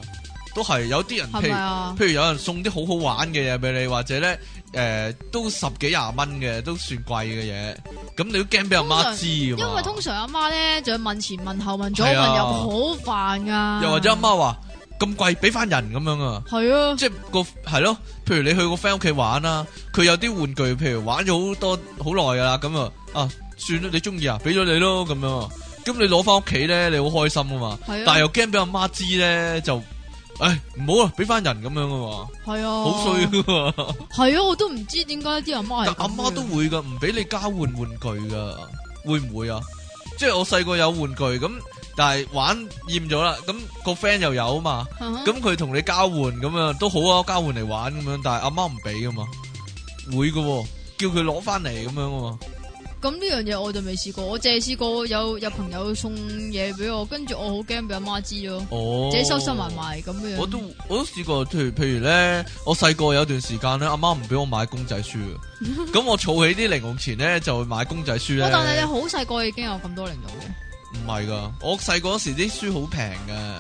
A: 都係有啲人
B: 係
A: 譬
B: 咪
A: 如。
B: 啊？
A: 譬如有人送啲好好玩嘅嘢俾你，或者咧誒、呃都十幾廿蚊嘅，都算貴嘅嘢，咁你都驚俾阿
B: 通
A: 媽
B: 常
A: 知㗎嘛？
B: 因為通常阿媽咧，就要問前問後問左
A: 係
B: 問
A: 啊
B: 右，好煩噶。
A: 又或者阿媽話咁貴，俾翻人咁樣啊，
B: 係啊，
A: 即係個係咯。譬如你去個 friend 屋企玩啦，佢有啲玩具，譬如玩咗好多好耐噶啦，咁啊啊算啦，你中意啊，俾咗你咯咁樣啊。咁你攞翻屋企咧，你好開心啊嘛，
B: 係啊
A: 但係又驚俾阿媽知咧，就唉唔好啊，俾翻人咁樣啊嘛，
B: 係啊，
A: 好衰噶嘛。
B: 係啊，我都唔知點解啲阿媽係
A: 但
B: 咁
A: 阿媽
B: 樣
A: 都會噶，唔俾你交換玩具噶，會唔會啊？即係我細個有玩具咁，但係玩厭咗啦，咁、個 friend 又有啊嘛，
B: 嗯哼
A: 咁佢同你交換咁啊都好啊，交換嚟玩咁樣，但係阿媽唔俾噶嘛，會噶、喎，叫佢攞翻嚟咁樣啊嘛，
B: 咁呢樣嘢我就未試過，我淨係試過有有朋友送嘢俾我，跟住我好驚俾阿媽知咯，
A: 哦，
B: 自己收收埋。埋咁樣。
A: 我都我都試過，譬如譬如咧，我細個有段時間咧，阿媽唔俾我買公仔書
B: [LAUGHS]
A: 嘅，咁我儲起啲零用錢咧，就去買公仔書咧。
B: 哇但係你好細個已經有咁多零用嘅。
A: 唔係噶，我細個嗰時啲書好平噶。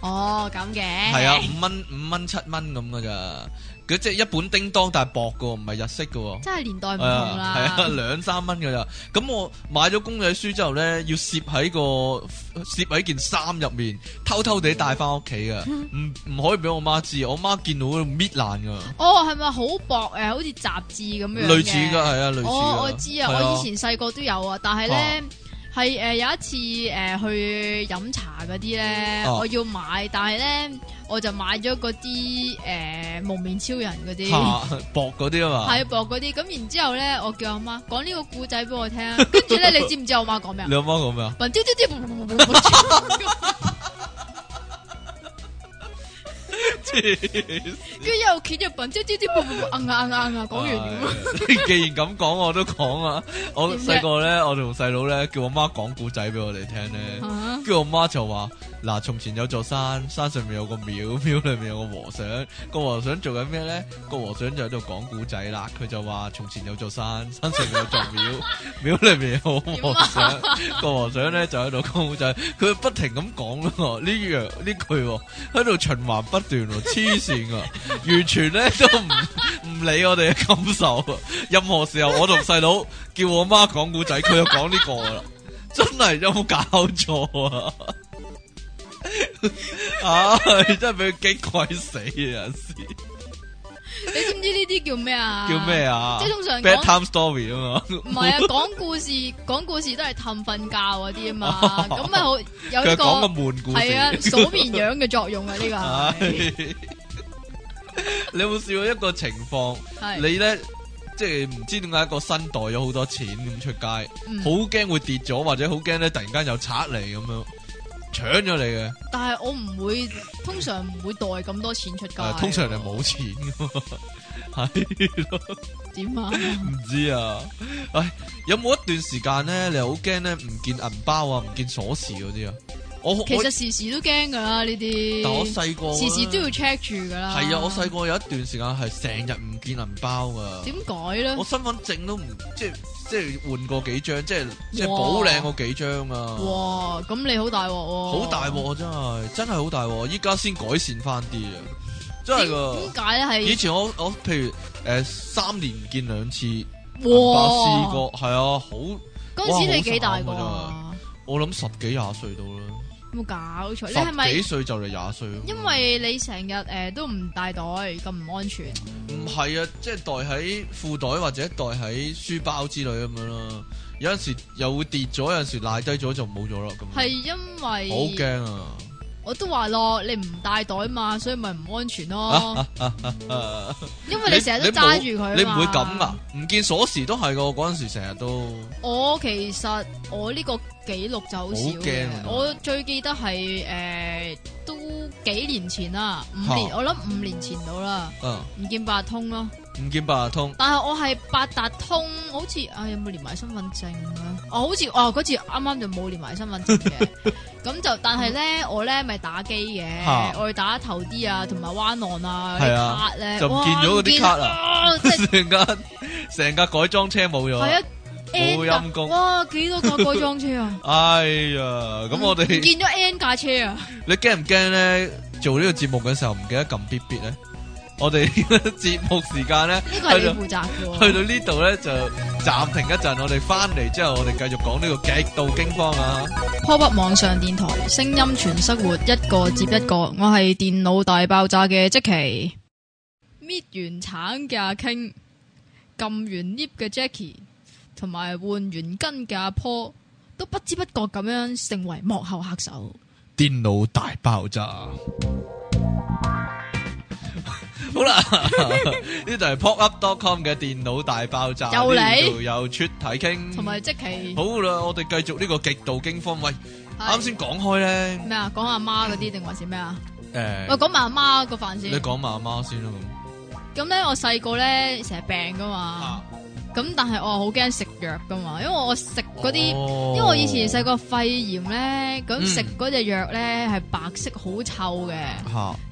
B: 哦，咁嘅。
A: 系啊，五蚊五蚊七蚊咁噶咋，佢即系一本叮當，但係薄噶，唔係日式噶。
B: 真係年代唔
A: 係
B: 同啦。
A: 啊， [LAUGHS] 係啊，兩三蚊噶咋。咁我買咗公仔書之後咧，要攝喺個攝喺件衫入面，偷偷地帶翻屋企
B: [LAUGHS]
A: 噶，唔唔可以俾我媽知，我媽見到會搣爛噶，
B: 哦，係咪好薄诶？好似雜誌咁樣嘅。
A: 類似噶，係啊，類似
B: 我
A: 噶。
B: 我知啊，
A: 係
B: 我以前細個都有啊，但係咧
A: 啊
B: 係诶有一次诶去飲茶嗰啲咧，
A: 啊
B: 我要買，但係咧我就買咗嗰啲诶蒙面超人嗰啲。
A: 嚇薄嗰啲啊嘛。
B: 系薄嗰啲，咁然之后咧，我叫阿媽講呢個故仔俾我聽，
A: [LAUGHS]
B: 跟住咧，你知唔知我媽講咩啊 [LAUGHS]
A: 你？阿媽講咩啊？
B: 笨椒椒椒，跟住又企住笨椒椒椒，硬啊硬啊硬啊，講完咁啊，
A: 唉 [LAUGHS] 你既然咁講，我都講啊。我
B: 點啫
A: 細個咧，我同細佬咧叫我媽講故仔俾我哋聽咧。
B: [LAUGHS] 啊
A: 跟住我媽就話：嗱，從前有座山，山上面有個廟， [LAUGHS] 廟裏面有個和尚，個和尚做緊咩咧？個和尚就喺度講古仔啦。佢就話：從前有座山， [LAUGHS] 山上面有座廟，廟 [LAUGHS] 裏面有個和尚，個和尚咧就喺度講古仔。佢不停咁講咯，呢樣呢句喎喺度循環不斷喎， [LAUGHS] 黐線噶，完全咧都唔唔 [LAUGHS] 理我哋嘅感受啊。任何時候，我同細佬叫我媽講古仔，佢就講呢個啦。真系有冇搞错啊？啊！真系俾佢激鬼死啊！有時
B: 你知唔知呢啲叫咩啊？
A: 叫咩？啊
B: 即係通常講
A: ？bedtime story 啊嘛，
B: 唔係啊，講故事講故事都係氹瞓覺嗰啲
A: [LAUGHS]
B: 啊嘛，咁咪好有
A: 佢
B: 呢
A: 講個
B: 個
A: 悶故
B: 係啊
A: 事。
B: 數綿羊嘅作用啊，
A: [LAUGHS]
B: 呢
A: 唉
B: 個係
A: 你有冇試過一個情況？
B: 係
A: 你咧即係唔知點解個身袋咗好多錢咁出街，好
B: 嗯
A: 驚會跌咗，或者好驚咧突然間有賊嚟咁樣搶咗你嘅。
B: 但係我唔會，通常唔會袋咁多錢出街
A: 啊
B: 喎。
A: 通常係冇錢噶
B: [LAUGHS]
A: 嘛，係咯。
B: 點啊？
A: 唔知啊，喂，有冇一段時間咧，你好驚咧唔見銀包啊，唔見鎖匙嗰啲啊？我我
B: [LAUGHS] 其實時時都驚噶啦呢
A: 但我
B: 啲，
A: 細個
B: 時時都要
A: 咧
B: check 住噶啦。
A: 係啊！我細個有一段時間係成日唔見銀包噶，
B: 點啊改咧
A: 我？身份證都唔即係即係換過幾張，即係即係
B: 哇
A: 補領過幾張啊！
B: 哇，咁你好大鑊喎！
A: 好大鑊啊！真係真係好大鑊，依家先改善翻啲啊！真係噶。
B: 點點解咧？係
A: 以前我我譬如誒、呃三年唔見兩次，銀包試
B: 哇！
A: 過係啊，好
B: 嗰陣時你
A: 哇
B: 幾大
A: 好慘
B: 個
A: 啊
B: 啊？
A: 我諗十幾廿歲到啦，
B: 有冇搞錯？你係
A: 十
B: 咪
A: 幾歲就嚟廿歲咯。
B: 因為你成日誒都唔帶袋咁唔安全？
A: 唔係啊，即係袋喺褲袋或者袋喺書包之類咁樣啦。有陣時又會跌咗，有陣時賴低咗就冇咗啦。咁
B: 係
A: 樣
B: 因為
A: 好驚啊！
B: 我都話咯，你唔帶袋嘛，所以咪唔安全咯。因為你成日都揸住佢，
A: 啊
B: 啊
A: 你唔會咁啊噶？？唔見鎖匙都係噶，我嗰陣時成日都
B: 我其實我呢個記錄就
A: 好
B: 好少
A: 驚
B: 嘅
A: 啊，
B: 我最記得係誒都幾年前啦，五
A: 嚇
B: 年我諗五年前到啦，
A: 嗯
B: 唔見八達通咯。
A: 唔見八達通。
B: 但係我係八達通，好似啊有冇連埋身份證啊？哦，好似哦嗰次啱啱就冇連埋身份
A: [LAUGHS]
B: 證嘅，咁就但係咧我咧咪打機嘅
A: 嗯嚇，
B: 我去打頭啲啊，同埋灣岸啊
A: 係
B: 啲
A: 啊
B: 卡咧，
A: 就唔
B: 哇
A: 見咗嗰啲
B: 唔見
A: 卡啊
B: 啊，即係
A: [LAUGHS] 成架成架改裝車冇
B: 係
A: 咗
B: 啊，，
A: 冇
B: N
A: 陰
B: 架
A: 功
B: 哇幾多架改裝車啊！
A: 哎呀， [LAUGHS] 咁我
B: 唔
A: 哋
B: 見咗 N 架車啊！
A: 你驚唔驚咧？做呢個節目嘅時候唔記得撳必必咧？我哋 [LAUGHS] 節目時間咧，
B: 呢個係你負責嘅
A: 去
B: 喎。
A: 到呢度咧就暫停一陣，我哋翻嚟之後，我哋繼續講呢個極度驚慌啊！
B: p o p 網上電台，聲音全生活，一個接一個。我係電腦大爆炸嘅即奇，搣完橙嘅阿 King，撳完 lift 嘅 Jackie，同埋換完根嘅阿 Paul，都不知不覺咁樣成為幕後黑手。
A: 電腦大爆炸。 [LAUGHS] 好啦， [LAUGHS] 呢度係 popup.com 嘅電腦大爆炸，
B: 又嚟
A: 呢度有出體傾，
B: 同埋即奇
A: 嗯好啦，我哋繼續呢個極度驚慌。喂，
B: 係
A: 啱先講開咧，
B: 咩啊？講阿媽嗰啲定還是咩啊？
A: 诶、
B: 我講埋阿媽個飯
A: 你
B: 先。
A: 講埋阿媽先啦
B: 咁咧，我細個咧成日病噶
A: 咁。
B: 嘛。咁但係我好驚食藥噶嘛，因為我食嗰啲，
A: 哦
B: 因為我以前細個肺炎咧，咁
A: 嗯
B: 食嗰只藥咧係白色好臭嘅，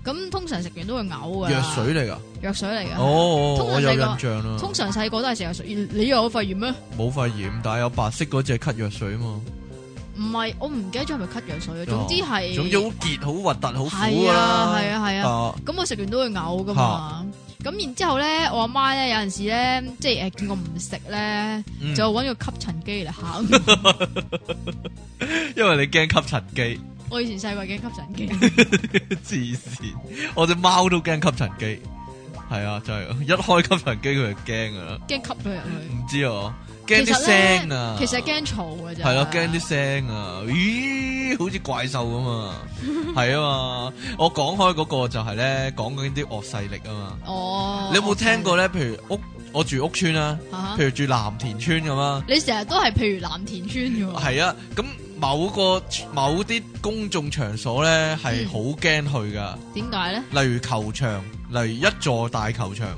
B: 咁通常食完都會嘔噶。
A: 嚇，藥水嚟噶。
B: 藥水嚟噶。
A: 哦，
B: 啊通常
A: 我有
B: 細
A: 印
B: 個
A: 象啦
B: 通。常細個都係食藥水，你又有肺炎咩？
A: 冇肺炎，但係有白色嗰只咳藥水嘛。
B: 唔係，我唔記得咗係咪咳藥水啊。總之係，
A: 哦總之好結、好核突、好苦
B: 係
A: 㗎
B: 啊
A: 啦。
B: 係啊係啊。
A: 啊。
B: 咁我食完都會嘔噶嘛。咁然之後咧，我阿媽咧有陣時咧，即係誒見我唔食咧，
A: 嗯
B: 就揾個吸塵機嚟行。
A: 因為你驚吸塵機。
B: [LAUGHS]
A: [LAUGHS]
B: 我以前細個嘅吸塵機。
A: 黐線，我只貓都驚吸塵機，係啊，真係一開吸塵機佢就驚噶啦，
B: 惊吸咗入去。
A: 唔知啊，驚
B: 其
A: 啲
B: 實咧
A: 聲啊，
B: 其實驚嘈嘅啫。
A: 係咯，驚啲聲啊，咦，好似怪獸咁
B: [LAUGHS]
A: 啊，係啊嘛，我講開嗰個就係咧講緊啲惡勢力啊嘛，
B: 哦。
A: 你有冇聽過咧？譬如屋，我住屋村啦，
B: 啊？
A: 譬如住藍田村咁啊，
B: 你成日都係譬如藍田村嘅喎。
A: 係啊，咁某個某啲公眾場所咧係
B: 嗯
A: 好驚去噶。
B: 點解咧？
A: 例如球場，例如一座大球場，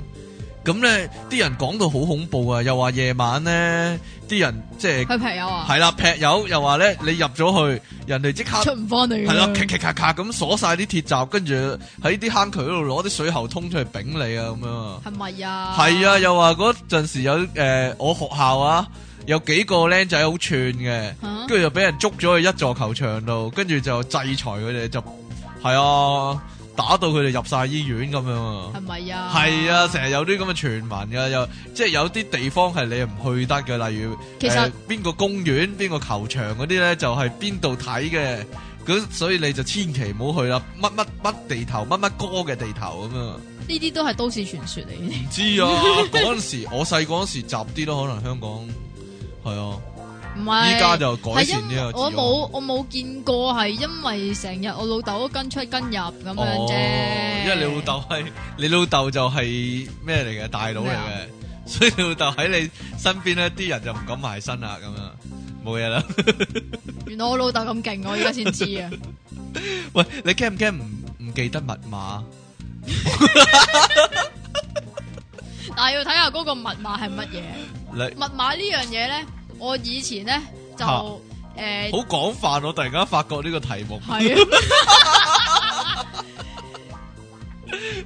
A: 咁咧啲人講到好恐怖啊！又話夜晚咧啲人即係
B: 佢朋友啊，
A: 係啦劈友，又話咧你入咗去，人哋即刻
B: 出唔翻嚟㗎。
A: 係啦，咔咔咔咔咁鎖晒啲鐵閘，跟住喺啲坑渠嗰度攞啲水喉通出嚟丙你啊咁樣啊！
B: 係咪啊？
A: 係啊，又話嗰陣時有誒、呃我學校啊有幾個僆仔好串嘅。
B: 啊。
A: 跟住就俾人捉咗去一座球場度，跟住就制裁佢哋，就係啊，打到佢哋入晒醫院咁樣啊
B: 係。咪啊？
A: 係啊，成日有啲咁嘅傳聞噶，又即係有啲地方係你唔去得嘅，例如
B: 其實
A: 誒邊、個公園、邊個球場嗰啲咧，就係邊度睇嘅，咁所以你就千祈唔好去啦，乜乜乜地頭，乜乜哥嘅地頭咁啊，
B: 呢啲都係都市傳說嚟嘅。
A: 唔知 [LAUGHS] 啊，嗰陣時我細個嗰陣時雜啲咯，可能香港係
B: 唔
A: 啊，
B: 係。
A: 依家就改
B: 係
A: 善啊
B: 因
A: 呢個
B: 我
A: 治安
B: 冇我冇見過係因為成日我老豆都跟出跟入咁樣啫。
A: 哦因為你老豆 [LAUGHS] 係你老豆就係咩嚟嘅大佬嚟
B: 咩
A: 嘅
B: 啊，
A: 所以你老豆喺你身邊咧，啲人就唔敢埋身啦，咁樣冇嘢啦。 [LAUGHS]
B: 原來我老豆咁勁，我而家先知啊！ [LAUGHS]
A: 喂，你驚唔驚唔唔記得密碼？
B: 但係要睇下嗰個密碼係乜嘢。
A: 你
B: 密碼呢樣嘢咧，我以前咧就
A: 嚇
B: 诶
A: 好廣泛，我突然間發覺呢個題目
B: 系啊，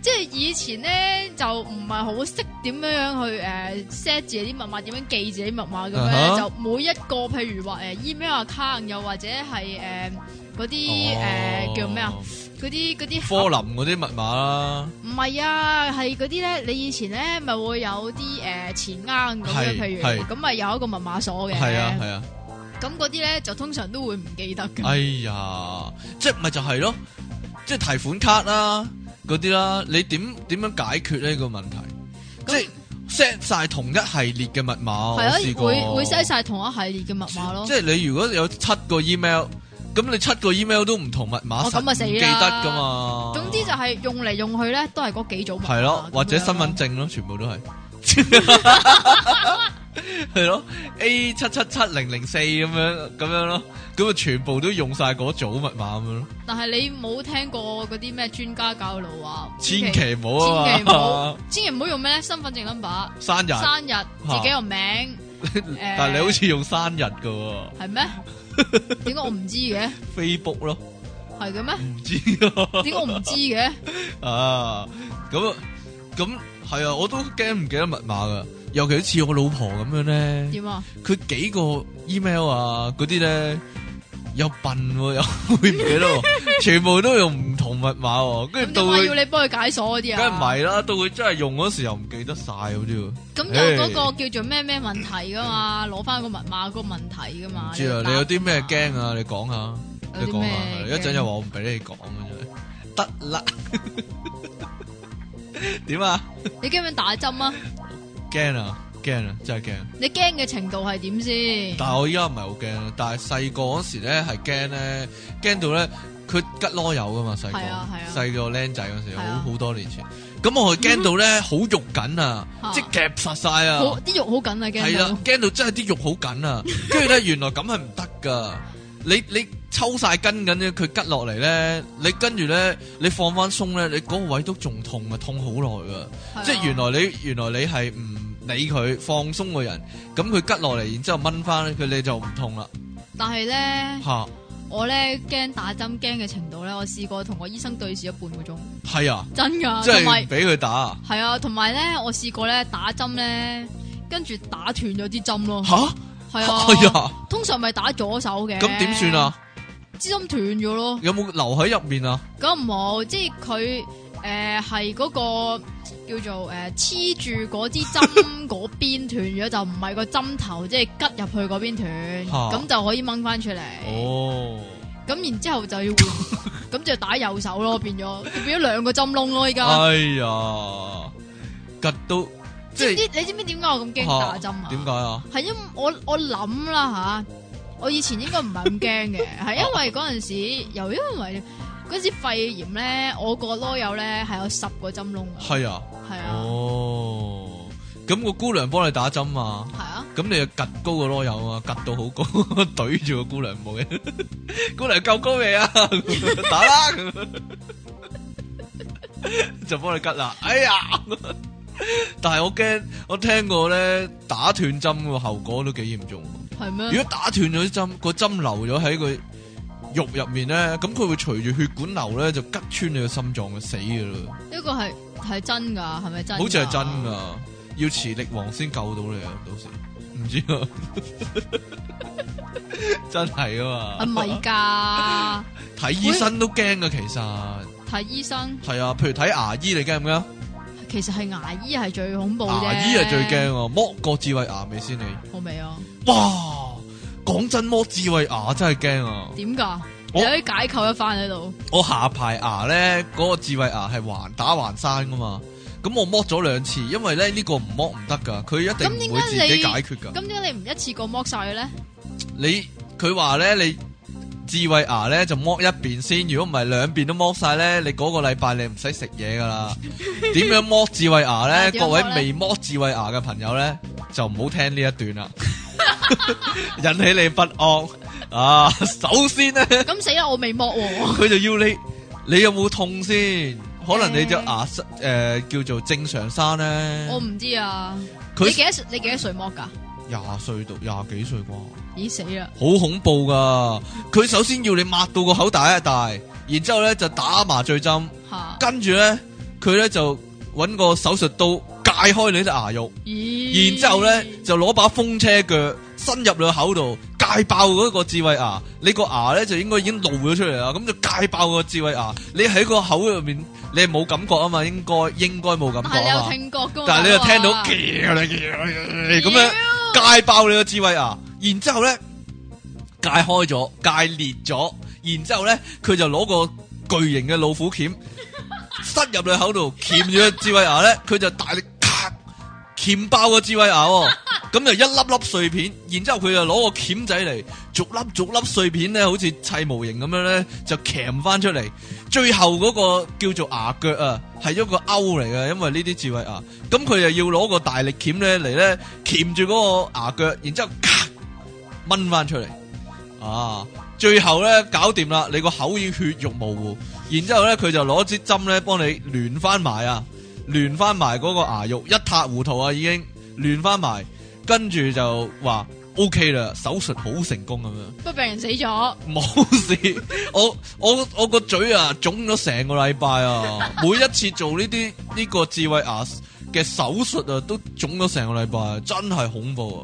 B: 即系以前咧就唔系好识点样样去诶 set 自己啲密碼，點樣記自己密碼咁樣
A: 啊哈
B: 就每一個譬如話诶 email account，又或者係诶嗰啲诶
A: 哦
B: 叫咩啊？嗰啲嗰啲
A: 科林嗰啲密碼啦，
B: 唔係啊，係嗰啲咧，你以前咧咪會有啲诶錢啱咁樣，
A: 係
B: 譬
A: 係
B: 如咁咪有一個密碼鎖嘅，
A: 係啊係啊，
B: 咁嗰啲咧就通常都會唔記得嘅，
A: 哎呀，即係咪就係咯，即係提款卡啦嗰啲啦，你點點樣解決呢個問題？即
B: 咁
A: 係 set 晒同一系列嘅密碼，哦我
B: 係啊
A: 試，過
B: 會會 set 晒同一系列嘅密碼咯
A: 即。係你如果有七個 email，咁你七個 email 都唔同密碼，
B: 哦咁啊死
A: 實
B: 啦
A: 唔記得噶嘛。
B: 总之就係用嚟用去咧，都係嗰幾組密碼
A: 係咯，或者
B: 啊咁樣
A: 身份證咯，全部都係。 [LAUGHS] 係咯，A 七七七零零四咁樣咁樣咯，咁啊全部都用晒嗰組密碼咁樣咯，
B: 但係你冇聽過嗰啲咩專家教路啊？
A: 千祈唔好
B: 千
A: 啊
B: 祈唔
A: 嘛 [LAUGHS]
B: 好，，千祈唔好用咩咧？身份證 number、
A: 生日，
B: 生日、自己個名
A: [LAUGHS] 但係你好似用生日噶喎
B: 係咩？
A: [LAUGHS]
B: 點解我唔知嘅？
A: ，Facebook 咯，
B: 係嘅
A: [LAUGHS]
B: 咩？
A: 唔知啊。
B: 點解我唔知嘅？
A: 啊，咁啊咁系啊，我都驚唔記得密碼噶，尤其似我老婆咁樣咧，
B: 點
A: [LAUGHS]
B: 啊？
A: 佢幾個 email 啊嗰啲咧，又笨喎、又 [LAUGHS] 會唔記得
B: [LAUGHS]
A: 喎，全部都用唔同密碼喎，跟住
B: 咁
A: 到
B: 點解要
A: 佢
B: 你幫佢解鎖嗰啲啊？
A: 梗係唔係啦，到佢真係用嗰時又唔記得晒嗰啲喎，
B: 咁有嗰個叫做咩咩問題噶嘛？攞翻個密碼嗰個問題噶
A: 嗯
B: 嘛
A: 唔？知啊，
B: 要
A: 你有啲咩
B: 答㗎嘛
A: 驚啊？你講下，
B: 有
A: 你
B: 啲
A: 講
B: 咩
A: 下，一陣又話我唔俾你講嘅真係，
B: [LAUGHS]
A: 得啦， [LAUGHS] 點啊？
B: 你驚唔驚打針啊？
A: 驚啊！驚啊！真係驚。
B: 你驚嘅程度係點先？
A: 但系我依家唔係好驚，但係細個嗰時咧係驚咧，驚到咧佢吉啰柚噶嘛，細
B: 係啊係啊
A: 個細個僆仔嗰時，
B: 係啊
A: 好好多年前。咁我係驚到咧好肉緊啊
B: 啊，
A: 即係夾實晒
B: 好
A: 啊，
B: 啲肉好緊啊，
A: 係
B: 驚
A: 啦
B: 到，
A: 驚到真係啲肉好緊
B: [LAUGHS]
A: 啊。跟住咧原來咁係唔得噶，你你抽晒筋緊咧，佢吉落嚟咧，你跟住咧你放翻鬆咧，你嗰個位都仲痛啊，痛好耐噶。
B: 係啊
A: 即係原來你原來你係唔理佢放鬆個人，咁佢吉落嚟，然之後掹翻佢，你就唔痛啦
B: 但係咧，
A: 吓。
B: 我咧驚打針驚嘅程度咧，我試過同個醫生對視咗半個鐘，
A: 係啊，
B: 真㗎，
A: 即
B: 同
A: 係唔
B: 埋
A: 俾佢打啊
B: 係啊，同埋咧，我試過咧打針咧，跟住打斷咗啲針咯，
A: 吓，
B: 啊
A: [LAUGHS]
B: 係啊，
A: 係啊，
B: 通常咪打左手嘅，
A: 咁點算？啊？
B: 支針斷咗咯。
A: 有冇留喺入面啊？
B: 咁唔好，即係佢诶係嗰個叫做诶黐住嗰支
A: [LAUGHS]
B: 針嗰邊斷咗，就唔係個針頭，即係吉入去嗰邊斷，
A: 嚇
B: 咁就可以掹翻出嚟。
A: 哦，
B: 咁然之後就要換，
A: [LAUGHS]
B: 咁就打右手咯，變咗變咗兩個針窿咯，依家。
A: 哎呀，吉到即係
B: 知唔知你知唔知點解我咁驚打
A: 嚇
B: 針啊？
A: 點解啊？
B: 係因我我諗啦吓，我以前應該唔係咁驚嘅，
A: [LAUGHS]
B: 係因為嗰陣時又因為嗰陣時肺炎咧，我個啰柚咧係有十個針窿嘅，
A: 係啊，
B: 係啊，
A: 哦，咁個姑娘幫你打針啊？
B: 係啊，
A: 咁你就趌高個啰柚啊，趌到好高， [LAUGHS] 懟住個姑娘冇嘢。 [LAUGHS] 姑娘夠高未啊？ [LAUGHS] 打啦， [LAUGHS] 咁樣就幫你吉啦。哎呀！ [LAUGHS] 但係我驚，我聽過咧打斷針個後果都幾嚴重。
B: 係
A: 如
B: 咩？
A: 果打斷咗啲針，個針流咗喺佢肉入面咧，咁佢會隨住血管流咧就吉穿你個心臟，就死噶啦。
B: 呢個係係真㗎，係咪真㗎？啊
A: 好似係真噶，要磁力王先救到你啊！到時唔知啊， [LAUGHS] 真係啊
B: 係
A: 嘛，
B: 咪㗎？
A: 睇醫生都驚噶，其實
B: 睇醫生
A: 係啊，譬如睇牙醫，你驚唔驚？
B: 其實係牙醫係最恐怖啫，
A: 牙醫係最驚，啊，剝個智慧牙未先你，
B: 好未啊？
A: 哇！講真，剝智慧牙真係驚啊！
B: 點㗎？
A: 我
B: 你可以解構一番喺度，
A: 我下排牙咧，嗰、個智慧牙係橫打橫生噶嘛。咁我剝咗兩次，因為咧呢、個唔剝唔得噶，佢一定唔會自
B: 咁點
A: 己
B: 解
A: 解決噶。
B: 咁點解你唔一次過剝晒佢咧？
A: [LAUGHS] 你佢話咧，你智慧牙咧就剝一邊先，如果唔係兩邊都剝晒咧，你嗰個禮拜你唔使食嘢噶
B: [LAUGHS]
A: 啦。點樣剝智慧牙
B: 啊 [LAUGHS]
A: 咧？
B: 點樣
A: 各位
B: 剝呢
A: 未剝智慧牙嘅朋友咧，就唔好聽呢一段啦， [LAUGHS] 引起你不安啊！首先咧。
B: 咁死啦！我未剝
A: [LAUGHS]
B: 喎，
A: 佢就要你，你有冇痛先？可能你隻牙誒、呃叫做正常生咧
B: 我，唔知啊。
A: 佢
B: 你幾多你幾多歲剝㗎？
A: 廿歲到廿幾歲啩。
B: 咦死啦！
A: 好恐怖噶！佢首先要你抹到個口大一大，然之后咧就打麻醉針，
B: 吓，
A: 跟住咧佢咧就揾個手術刀解開你隻牙肉，
B: 咦？
A: 然之后咧就攞把風車鋸伸入你口度，解爆嗰個智慧牙。你個牙咧就應該已經露咗出嚟啦，咁就解爆個智慧牙。你喺個口入面，你係冇感覺啊嘛，應該應該冇感
B: 但
A: 覺
B: 系你
A: 啊
B: 有
A: 嘛。
B: 聽覺噶嘛？
A: 但係你就聽到
B: 話
A: 叫啦叫 [LAUGHS] 咁樣。戒爆你個智慧牙，然之后咧戒開咗，戒裂咗，然之后咧佢就攞個巨型嘅老虎鉗塞入你口度，鉗住個智慧牙咧，佢就大力咔鉗爆個智慧牙喎， [LAUGHS] 咁就一粒粒碎片，然之后佢就攞個鉗仔嚟逐粒逐粒碎片咧，好似砌模型咁樣咧，就鉗翻出嚟。最後嗰個叫做牙腳啊，係一個勾嚟嘅，因為呢啲智慧牙，咁佢就要攞個大力鉗咧嚟咧鉗住嗰個牙腳，然之後咔掹翻出嚟，啊，最後咧搞掂啦，你個口已經血肉模糊，然之後咧佢就攞支針咧幫你聯翻埋啊，聯翻埋嗰個牙肉一塌糊塗啊，已經聯翻埋，跟住就話 O K 啦，手術好成功咁樣。
B: 不過病人死咗，
A: 冇事，我我我个嘴啊肿咗成个礼拜啊，每一次做呢啲呢个智慧牙嘅手术啊，都肿咗成个礼拜，啊真系恐怖啊！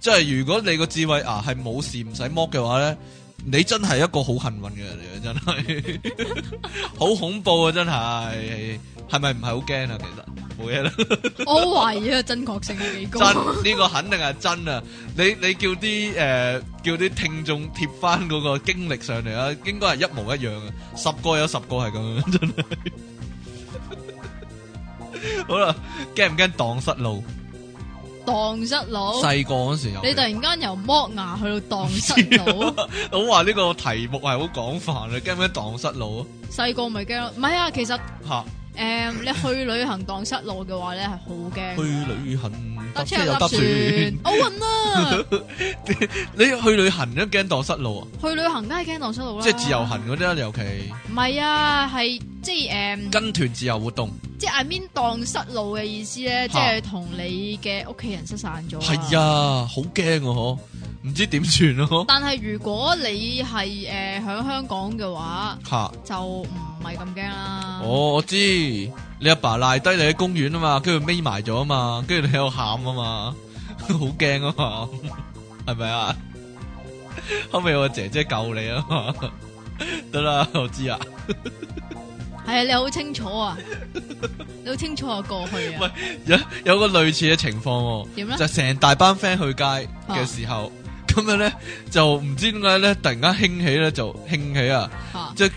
A: 即系如果你个智慧牙系冇事唔使剥嘅话咧，你真系一个好幸运嘅人嚟啊，真系好恐怖啊！真系系咪唔系好惊啊？其实冇嘢啦。
B: 我懷疑啊， [LAUGHS] 真確性有幾高
A: 真。呢、個肯定係真啊！你你叫啲诶、呃叫啲聽眾貼翻嗰個經歷上嚟啊，應該係一模一樣啊！十個有十個係咁樣， [LAUGHS] 真係。好啦，驚唔驚蕩失路？
B: 蕩失佬，
A: 細個嗰時有
B: 你突然間由剝牙去到蕩
A: [LAUGHS]
B: 失佬，
A: 我話呢個題目係好廣泛啊，驚唔驚蕩失路
B: 細個咪驚咯。唔係啊，其實
A: 啊？
B: 诶，誒你去旅行蕩失路嘅話咧，係好
A: 吓，
B: 驚
A: 去。旅行
B: 搭
A: 搭
B: 車
A: 車又
B: 又
A: 搭
B: 搭
A: 船
B: 船，，我暈
A: [LAUGHS]
B: 啦！
A: 你去旅行都驚蕩失路啊？
B: 去旅行梗係驚蕩失路啦。
A: 即係自由。行嗰啲啦，尤其
B: 唔係啊，係即係诶，誒
A: 跟團自由活動。
B: 即係 I mean 蕩失路嘅意思咧，即係同你嘅屋企人失散咗。
A: 系。啊，好驚啊！嗬，唔知點算啊咯。
B: 但係如果你係诶喺香港嘅話，
A: 吓，
B: 就唔係咁驚啦。
A: 哦我我知你阿爸賴低你喺公園啊嘛，跟住眯埋咗啊嘛，跟住你喺度喊啊嘛， [LAUGHS] 好驚啊嘛，係咪啊？ [LAUGHS] 後尾我姐姐救你啊嘛， [LAUGHS] 得啦，我知啊。
B: 係啊，你好清
A: [LAUGHS]
B: 楚啊，你好清楚啊過去
A: 喂
B: 啊。
A: 有有個類似嘅情況
B: 點
A: 喎，
B: 咧啊
A: 就？成大班 friend 去街嘅時候，咁樣咧就唔知點解咧，突然間興起咧就興起啊！
B: 嚇
A: 即係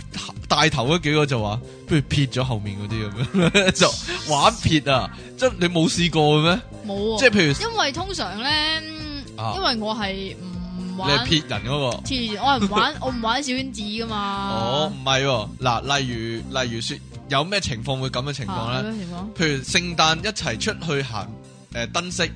A: 帶頭嗰幾個就話，不如撇咗後面嗰啲咁樣， [LAUGHS] 就玩撇啊！即係你冇試過嘅咩？
B: 冇
A: 即係
B: 喎。
A: 譬如
B: 因為通常咧，因
A: 啊
B: 為我係唔
A: 你係
B: 玩
A: 撇人嗰、個，
B: 黐線，我係唔玩，我唔玩小圈子噶嘛。
A: 哦，唔係喎，嗱，例如例如說，有咩情況會咁嘅情況
B: 嚇
A: 咧？
B: 有咩情況？
A: 譬如聖誕一齊出去行诶、呃燈飾，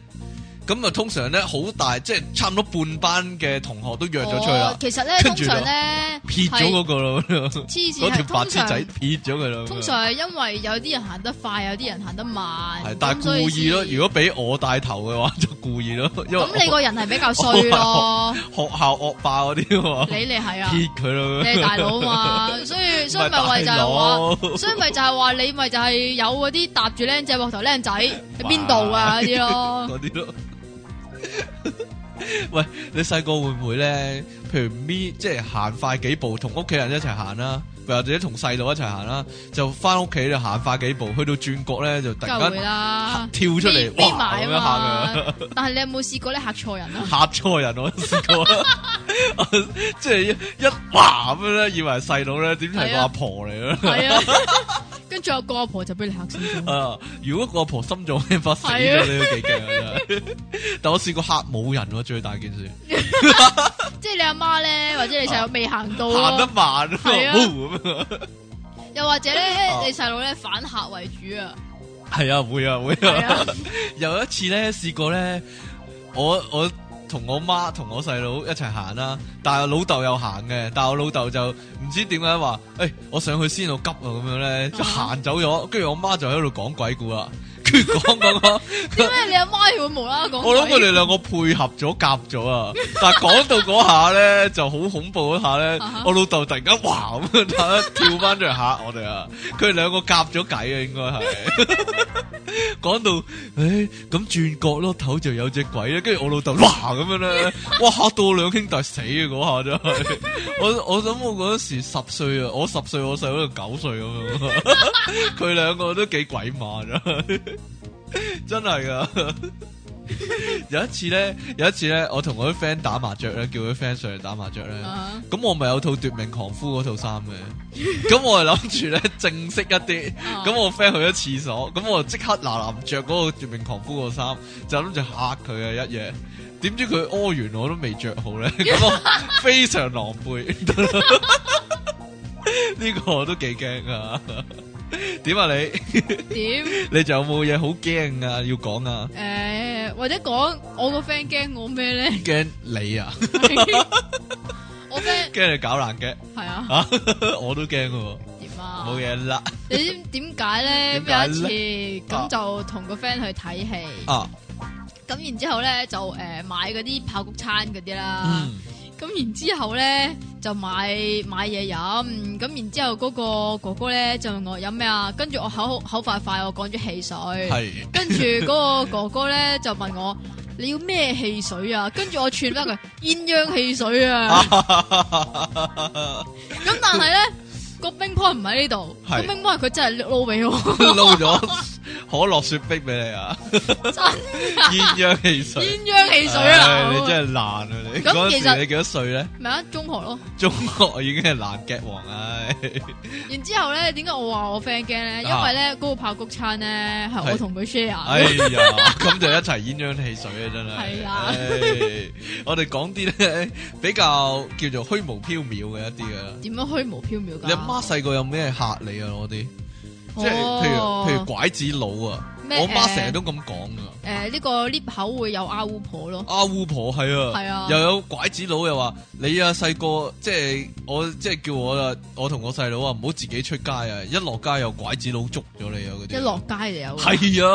A: 咁啊通常咧好大，即係差唔多半班嘅同學都約咗出去啦
B: 哦，其實咧，
A: 跟
B: 通
A: 住
B: 常
A: 就
B: 咧，
A: 撇咗嗰
B: 係
A: 個咯，嗰
B: 黐線
A: 條
B: 係
A: 白
B: 通
A: 痴仔
B: 常。
A: 撇咗佢咯。
B: 通常係因為有啲人行得快，有啲人行得慢，
A: 系，但
B: 咁
A: 系
B: 所以
A: 故意咯。
B: 先哦
A: 如果俾我帶頭嘅話，就故意咯。因為
B: 咁你
A: 我
B: 個人係比較衰
A: [LAUGHS]
B: 咯，
A: 學校惡霸嗰啲啊嘛，
B: 你你係啊，
A: 撇佢咯。
B: 你係大佬啊嘛，所
A: [LAUGHS]
B: 以所以咪
A: 咪
B: 為就
A: 大
B: 係
A: [LAUGHS]
B: 話，
A: 佬
B: 所以咪就係話你咪就係有嗰啲搭住僆仔膊頭僆仔喺邊度啊嗰啲
A: [LAUGHS]
B: 咯，
A: 嗰啲咯。喂，你細個會唔會咧？譬如咪即係行快幾步，同屋企人一齊行啦，或者同細佬一齊行啦，就翻屋企就行快幾步，去到轉角咧就突
B: 梗
A: 然
B: 係會
A: 間
B: 啦，
A: 跳出嚟，
B: 匿匿
A: 哇
B: 埋
A: 咁樣
B: 啊
A: 嚇佢。
B: 嘛，但係你有冇試過咧嚇
A: [LAUGHS]
B: 錯人啊？
A: 嚇錯人我都試過，即係一一哇咁樣咧，以為係細佬咧，點係
B: 係
A: 個
B: 啊
A: 阿婆嚟咯。
B: 係啊，跟住有個阿婆就俾你嚇死咗，
A: 啊！如果個阿婆心臟病發死
B: 嗯係
A: 咗，
B: 啊
A: 你都幾驚啊！真係但我試過嚇冇人喎，最大件事
B: 即係你阿媽咧，或者你細佬未行到
A: 啊行得
B: 咯，
A: 慢咯，
B: 係啊
A: 咁樣
B: 又或者
A: 啊
B: 咧你細佬咧反客為主啊，
A: [LAUGHS] [LAUGHS] 係啊，會啊，會
B: 係
A: 啊！
B: 啊。
A: [LAUGHS] 有一次咧，試過咧，我我同我媽同我細佬一齊行啦，但係我老豆又行嘅，但係我老豆就唔知點解哎話，誒、我上去先，我急啊咁樣咧，就
B: 啊
A: 行走咗，跟住我媽就喺度講鬼故啦。佢講講講，
B: 点解你阿媽要無啦啦講鬼？
A: 我諗佢哋兩個配合咗夾咗
B: [LAUGHS]
A: 啊！但係講到嗰下咧就好恐怖嗰下咧
B: 啊哈，
A: 我老豆突然間哇咁樣跳翻出嚟嚇我哋啊！佢哋兩個夾咗偈啊，應該係
B: [LAUGHS]
A: 講到誒咁轉角落頭就有隻鬼咧，跟住我老豆哇咁樣咧，哇嚇到我兩兄弟死啊！嗰下真係， [LAUGHS] 我我諗我嗰時十歲啊，我十歲我細佬就九歲咁樣 [LAUGHS] 啊，佢兩個都幾鬼馬真係 [LAUGHS] 真係噶。 [LAUGHS] 有一次咧，有一次咧，我同我啲 friend 打麻雀咧，叫佢 friend 上嚟打麻雀咧。
B: 啊
A: 咁我咪有套奪命狂夫嗰套衫嘅，咁我係諗住咧正式一啲，
B: 啊
A: 咁我 friend 去咗廁所，咁我就即刻嗱嗱着嗰個奪命狂夫個衫，就諗住嚇佢啊一嘢，點知佢屙完我都未着好咧，咁我非常狼狽，呢個我都幾驚啊！點啊你？
B: 點？
A: 你仲有冇嘢好驚啊？要講啊？
B: 诶，或者講我個 friend 驚我
A: [LAUGHS]
B: 咩咧？
A: 驚你啊？
B: 我 friend
A: 驚你搞爛嘅
B: 係啊，
A: 啊！我都驚喎，
B: 點啊？
A: 冇。嘢啦
B: 你知唔知點解咧？
A: 點解
B: 咁有一次咁就同個 friend 去睇戲，
A: 啊！
B: 咁然之後咧就誒買嗰啲爆谷餐嗰啲啦，
A: 嗯。
B: 咁然之後咧就買買嘢飲，咁然之後嗰個哥哥咧就問我飲咩啊，跟住我口口快快我講咗汽水，
A: [LAUGHS] 系
B: 跟住嗰個哥哥咧就問我你要咩汽水啊，跟住我串
A: [LAUGHS]
B: 翻佢鴛鴦汽水啊，咁但係咧。個冰乓唔喺呢度，個
A: 係
B: 冰乓佢真係撈俾我，
A: [LAUGHS] 捞咗可樂雪碧俾你啊，
B: 真係
A: 鴛鴦汽水，
B: 鴛鴦汽水啊！
A: 唉你真係爛啊！你
B: 咁
A: 嗰陣
B: 其
A: 時
B: 實
A: 你幾多歲咧？
B: 咪啊，中學咯。
A: 中學已經係爛劇王唉，
B: 然之後咧，點解我話我 friend 驚咧？因
A: 啊
B: 為咧嗰個爆谷餐咧係
A: 係
B: 我同佢
A: 哎
B: share，
A: 呀，咁就一齊鴛鴦汽水啊！真係，
B: 啊係啊
A: 唉我哋講啲咧比較叫做虛無縹緲嘅一啲嘅。
B: 點樣虛無縹緲㗎？
A: 你阿媽細個有咩嚇你啊？我啲即係
B: 哦
A: 譬如譬如拐子佬啊，
B: 咩
A: 我媽
B: 誒
A: 成日都咁講噶。
B: 誒呢個 lift 口會有阿烏婆咯，
A: 阿巫婆係啊，
B: 係啊
A: 又有拐子佬又話你啊細個即係我即係叫我啦，我同我細佬啊唔好自己出街啊，一落街有拐子佬捉咗你啊嗰
B: 一
A: 啲。
B: 落街就有。
A: 係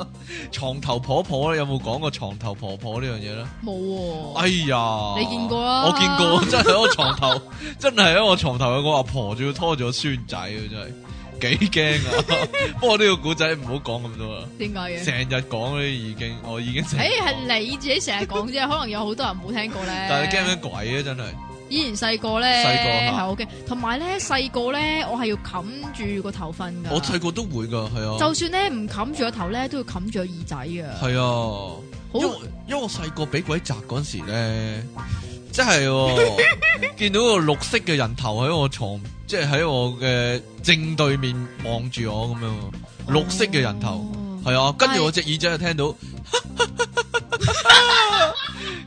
A: 啊， [LAUGHS] 床頭婆婆咧有冇講過床頭婆婆呢樣嘢咧？
B: 冇喎，
A: 哎呀，
B: 你見過啊
A: 我見過， [LAUGHS] 真係喺我床頭，真係喺我床頭有個阿婆仲要拖住個孫仔啊，真係幾驚
B: [LAUGHS]
A: 啊！不過呢個古仔唔好講咁多啦，
B: 點解嘅？
A: 成日講咧已經，我已經成日
B: 誒
A: 講。
B: 係你自己成日講啫，可能有好多人冇聽過咧。
A: 但係驚咩鬼啊？真係。
B: 以前細個咧
A: 細個嚇
B: 係好驚，同埋咧細個咧我係要冚住個頭瞓㗎。
A: 我細個都會噶，係啊，
B: 就算咧唔冚住個頭咧，都要冚住個耳仔㗎。
A: 係啊，
B: 好
A: 因為因為我細個俾鬼砸嗰陣時咧，真係
B: [LAUGHS]
A: 喎見到個綠色嘅人頭喺我床，即係喺我嘅正對面望住我咁樣喎，綠色嘅人頭
B: 哦
A: 係啊，跟住我隻耳仔就
B: [LAUGHS]
A: 聽到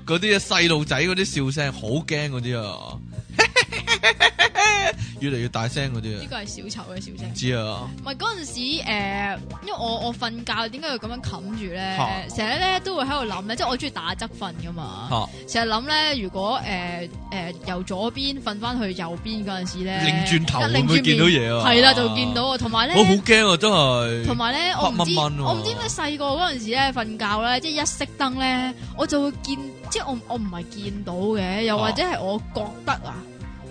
A: 嗰啲細路仔嗰啲笑聲，好驚嗰啲
B: [LAUGHS]
A: 啊，越嚟越大聲嗰啲
B: 呢
A: 啊，
B: 個係小丑嘅小
A: 唔
B: 姐。
A: 知啊，
B: 唔係嗰陣時、呃，因為我我瞓覺點解要咁樣冚住咧？
A: 嚇
B: 成日咧都會喺度諗咧，即係我中意打側瞓噶嘛。
A: 嚇
B: 成日諗咧，如果誒誒、呃呃由左邊瞓翻去右邊嗰陣時咧，
A: 擰轉頭
B: 一
A: 會唔會見到嘢啊？
B: 係啦，就見到啊，同埋
A: 我好
B: 咧。
A: 驚啊，真係。
B: 同埋咧，我唔知
A: 黑掹掹喎
B: 我唔知點解細個嗰陣時咧瞓覺咧，即係一熄燈咧，我就會見，即係我我唔係見到嘅，又或者係我覺得啊，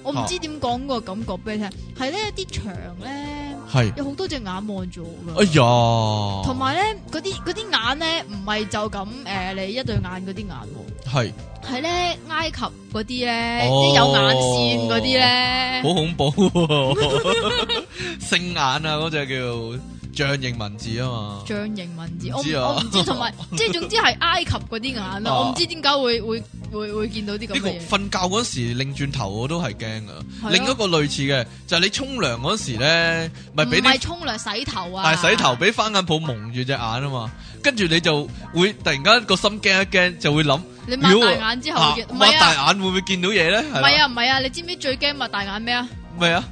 B: 我唔知點講個感覺俾你聽，係咧啲牆咧
A: 系，
B: 有好多隻眼望住我㗎
A: 哎呀，
B: 同埋咧，嗰啲嗰啲眼咧，唔係就咁诶、呃你一對眼嗰啲眼喎，
A: 系
B: 係咧埃及嗰啲咧，
A: 哦
B: 即係有眼線嗰啲咧，
A: 好恐怖 [LAUGHS] 喎，聖眼啊，嗰只叫象形文字啊嘛，
B: 象形文字，
A: 唔
B: 我唔
A: 知啊
B: 我唔知，
A: [LAUGHS]
B: 同埋即係總之係埃及嗰啲眼
A: 啊
B: 咯，我唔知點解會會會會見到
A: 呢
B: 啲咁
A: 個
B: 嘅嘢，
A: 瞓覺嗰時擰轉頭我都係驚噶，
B: 係啊
A: 另一個類似嘅就係你沖涼嗰時咧，咪俾
B: 唔係
A: 啲
B: 沖涼洗頭啊，
A: 但係洗頭俾番眼泡蒙住隻眼啊嘛，跟住你就會突然間個心驚一驚，就會諗，
B: 你
A: 如
B: 擘
A: 果
B: 大眼之後
A: 啊
B: 嘅，唔
A: 擘
B: 係啊，
A: 大眼會唔會見到嘢咧？
B: 唔
A: 係
B: 係
A: 啦，
B: 啊，唔係啊，你知唔知最驚擘大眼咩啊？
A: 咩啊？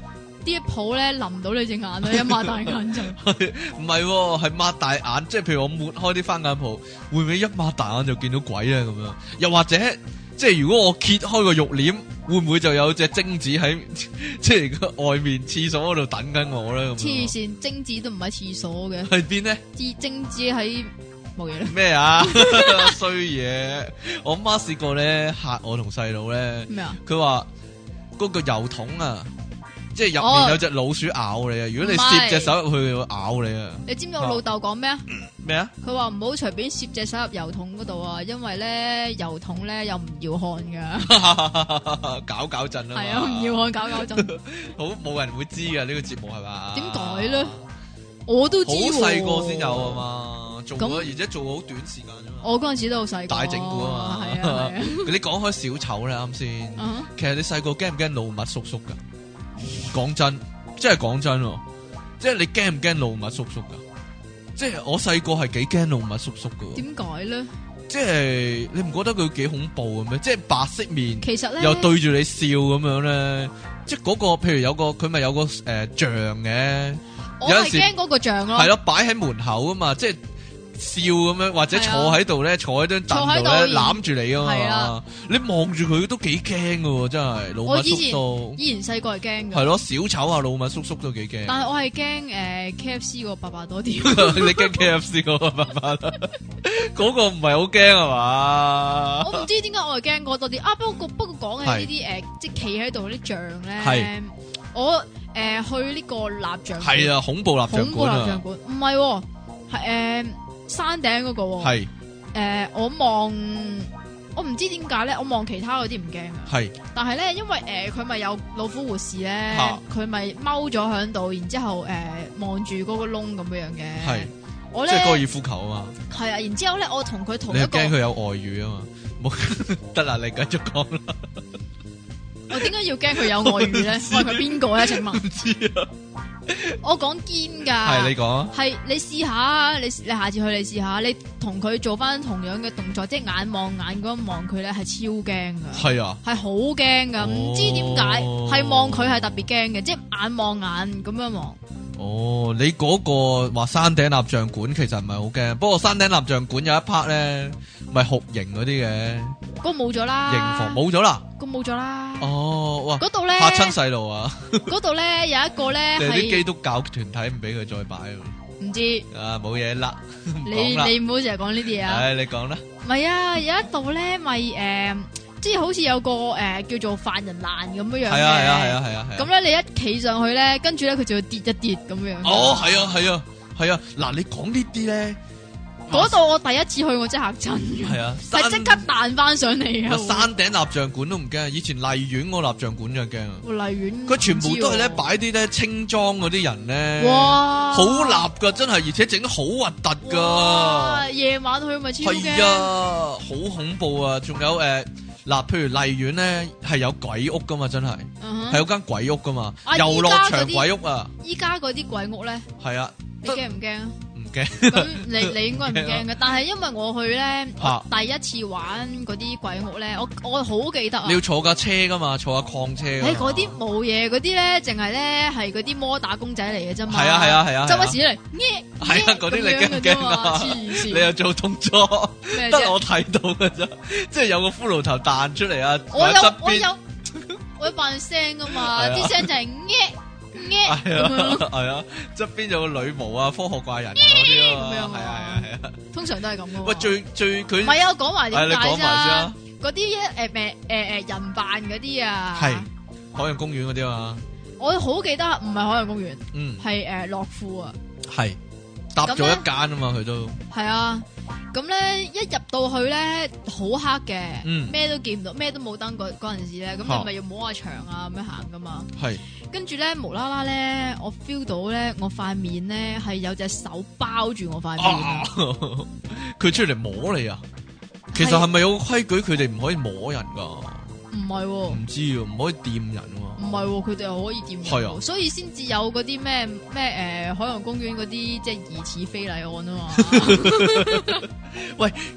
B: 啲泡咧淋到你隻眼啊，一擘大眼
A: [LAUGHS]
B: 就
A: 唔係喎，係擘大眼，啊即係譬如我抹開啲番眼泡，會唔會一擘大眼就見到鬼咧咁樣？又或者即系如果我揭開個肉簾，會唔會就有隻精子喺 [LAUGHS] 即係個外面廁所嗰度等緊我咧？咁
B: 黐
A: 樣
B: 線，精子都唔喺廁所嘅，
A: 喺邊咧？
B: 啲精子喺冇
A: [LAUGHS]
B: 嘢啦。
A: 咩啊？衰嘢！我媽試過咧嚇我同細佬咧，
B: 咩啊？
A: 佢話嗰個油桶啊，即係入
B: 哦
A: 面有隻老鼠咬你啊！如果你
B: 唔係
A: 攝隻手入去，佢會咬你啊！
B: 你知唔知我老豆講咩啊？
A: 咩啊？
B: 佢話唔好隨便攝隻手入油桶嗰度啊，因為咧油桶咧又唔要汗
A: [LAUGHS]
B: 噶，
A: 搞搞震啊！
B: 係啊，唔要汗搞
A: [LAUGHS]
B: 搞震。
A: 好冇人會知嘅呢個節目係嘛？
B: 點解咧？我都知
A: 好
B: 喎
A: 細個先有啊。嘛，做咗
B: 咁
A: 而且做好短時間啫嘛。
B: 我嗰陣時都好細個，
A: 大整蠱啊嘛
B: 係啊係啊
A: [LAUGHS] 你講開小丑咧，啱先，
B: 啊哈，
A: 其實你細個驚唔驚老麥叔叔噶？講真，即係講真喎，即係你驚唔驚老麥叔叔噶？即係我細個係幾驚老麥叔叔噶，
B: 點解咧？
A: 即係你唔覺得佢幾恐怖嘅咩？即係白色面。
B: 其實咧，
A: 又對住你笑咁樣咧，即係嗰、個譬如有個佢咪有個誒、呃像嘅，
B: 我
A: 有
B: 係
A: 陣時
B: 驚嗰個像咯
A: 係。咯擺喺門口啊嘛，即係笑咁樣或者
B: 係
A: 坐
B: 啊
A: 喺度咧，坐喺張凳度
B: 坐喺度
A: 咧攬住你啊
B: 係
A: 嘛
B: 啊，
A: 你望住佢都幾驚噶喎，真係老
B: 我
A: 麥
B: 以前
A: 叔叔
B: 依然細個係驚
A: 係
B: 嘅，
A: 咯，小丑啊老麥叔叔都幾驚。
B: 但係我係驚誒 K F C 個伯伯多啲。
A: [LAUGHS] 你驚 K F C 嗰個辦法啦， [LAUGHS] 嗰個唔係好驚啊 [LAUGHS] 嘛？
B: 我唔知點解我係驚嗰多啲啊！不過不過講
A: 係
B: 起呢啲誒，即係企喺度啲像
A: 係
B: 咧，我誒去呢個蠟像館
A: 係啊，恐怖蠟像
B: 恐怖
A: 館
B: 蠟像
A: 啊，
B: 館，唔係喎，係誒呃山頂嗰個喎。
A: 係
B: 誒，我望我唔知點解咧，我望其他嗰啲唔驚啊。
A: 係
B: 但係咧，因為誒呃佢咪有老虎護士咧
A: 嚇，
B: 佢咪踎咗喺度，然之後誒呃望住嗰個窿咁樣嘅。
A: 係，
B: 我
A: 即係高
B: 咧
A: 爾夫球啊嘛。
B: 係啊，然之後咧，我同佢同
A: 你
B: 一
A: 係
B: 個
A: 驚，佢有外遇啊嘛？冇得啦，你繼續講啦，
B: 我點解要驚佢有外遇
A: [LAUGHS]
B: 咧？
A: 知
B: 我係佢邊個咧？請問
A: 唔知啊。
B: 我講堅㗎，
A: 係你講啊，
B: 係你試下啊，你你下次去你試下，你同佢做翻同樣嘅動作，即係眼望眼咁望佢咧，係超驚㗎，
A: 係啊，
B: 係好驚㗎，唔知點解
A: 哦
B: 係望佢係特別驚嘅，即係眼望眼咁樣望。
A: 哦，你嗰個話山頂蠟像館其實唔係好驚，不過山頂蠟像館有一 part 咧，咪酷刑嗰啲嘅刑
B: 嗰個冇咗啦，
A: 房，冇咗啦。
B: 嗰個冇咗啦。
A: 哦，哇，
B: 嗰度咧，
A: 嚇親細路啊！
B: [LAUGHS] 嗰度咧有一個
A: [LAUGHS]
B: 咧
A: 定係啲
B: 係
A: 基督教團體唔俾佢再擺啊
B: 唔知。
A: 啊，冇嘢啦，唔
B: 你
A: 講啦。
B: 你唔好成日講呢啲啊！
A: 唉，你講啦，
B: 唔係啊，有一度咧咪诶，即係好似有個诶、誒叫做犯人欄咁樣樣嘅。
A: 係啊，係啊，係啊，係啊，係啊。
B: 咁咧，你一企上去咧，跟住咧佢就會跌一跌咁樣。
A: 哦，，係啊，係啊，係啊。嗱，你講呢啲咧，
B: 嗰度我第一次去，我真係嚇親嘅，
A: 係啊，
B: 係
A: 山
B: 即刻彈翻上嚟
A: [LAUGHS] 咪
B: 啊！
A: 山頂蠟像館都唔驚，以前荔園嗰個蠟像館就驚啊！
B: 會荔園
A: 佢全部都係咧
B: 唔知喎
A: 擺啲咧清裝嗰啲人咧，
B: 哇，
A: 好立噶，真係，而且整得好核突
B: 哇
A: 噶，
B: 夜晚去咪超
A: 係
B: 驚，
A: 啊，好恐怖啊！仲有誒嗱，譬如荔園咧係有鬼屋噶嘛，真係
B: 嗯
A: 係
B: 哼
A: 有間鬼屋噶嘛，
B: 啊
A: 遊樂
B: 而家嗰
A: 場
B: 啲
A: 鬼屋啊，
B: 依家嗰啲鬼屋咧，
A: 係啊，
B: 你
A: 得啊
B: 驚唔
A: [LAUGHS]
B: 驚啊？
A: 唔驚
B: 咁你你應該唔驚嘅，但係因為我去咧，
A: 嚇
B: 我第一次玩嗰啲鬼屋咧，我我好記得啊
A: 你。要坐架車噶嘛，坐架礦車㗎嘛。
B: 誒嗰啲冇嘢，嗰啲咧淨係咧係嗰啲摩打公仔嚟嘅啫嘛。
A: 係啊係啊係啊
B: 周
A: 係啊
B: 不時嚟，耶
A: 係啊嗰啲你驚唔驚啊
B: 咁樣嘅啫嘛黐
A: 你
B: 線
A: 又做動作，
B: 咩
A: 得
B: 啫？
A: 我睇到噶
B: [LAUGHS]
A: 咋，即係有個骷髏頭彈出嚟啊！
B: 我
A: 喺側
B: 有
A: 邊
B: 我有我有扮聲噶嘛，
A: 係啊
B: 啲聲就係耶耶
A: 系
B: 咁樣
A: 啊 [LAUGHS]
B: 咯，，
A: 系啊，側邊有個女巫啊，科學怪人啊嗰啲啊，
B: 咁樣啊
A: 係啊，係啊，係啊。
B: 通常都係咁噶。
A: 喂，最最佢
B: 唔係啊，我講
A: 係
B: 埋點
A: 你
B: 解
A: 講埋先
B: 啫
A: 啊？，
B: 嗰啲誒咩誒誒人扮嗰啲啊，
A: 係海洋公園嗰啲啊嘛，
B: 我好記得，唔係海洋公園。
A: 嗯，
B: 系诶樂富啊，
A: 係搭咗一間啊嘛，佢都
B: 係啊，咁咧一入到去咧好黑嘅
A: 嗯，哦
B: 咩、都見唔到，咩都冇燈嗰嗰陣時咧，咁
A: 嚇
B: 你咪要摸下牆啊咁樣行噶嘛，
A: 係
B: 跟住咧無啦啦咧，我 feel 到咧我塊面咧係有隻手包住我塊面
A: 啊 [LAUGHS]
B: 啊，
A: 佢出嚟摸你啊，其實係咪有個規矩佢哋唔可以摸人噶？
B: 唔唔係喎，
A: 唔知喎，唔可以掂人喎。
B: 唔係喎，佢哋又可以掂人
A: 係
B: 喎，
A: 啊
B: 所以先至有嗰啲咩咩诶海洋公園嗰啲即係疑似非禮案啊
A: [LAUGHS]
B: 嘛，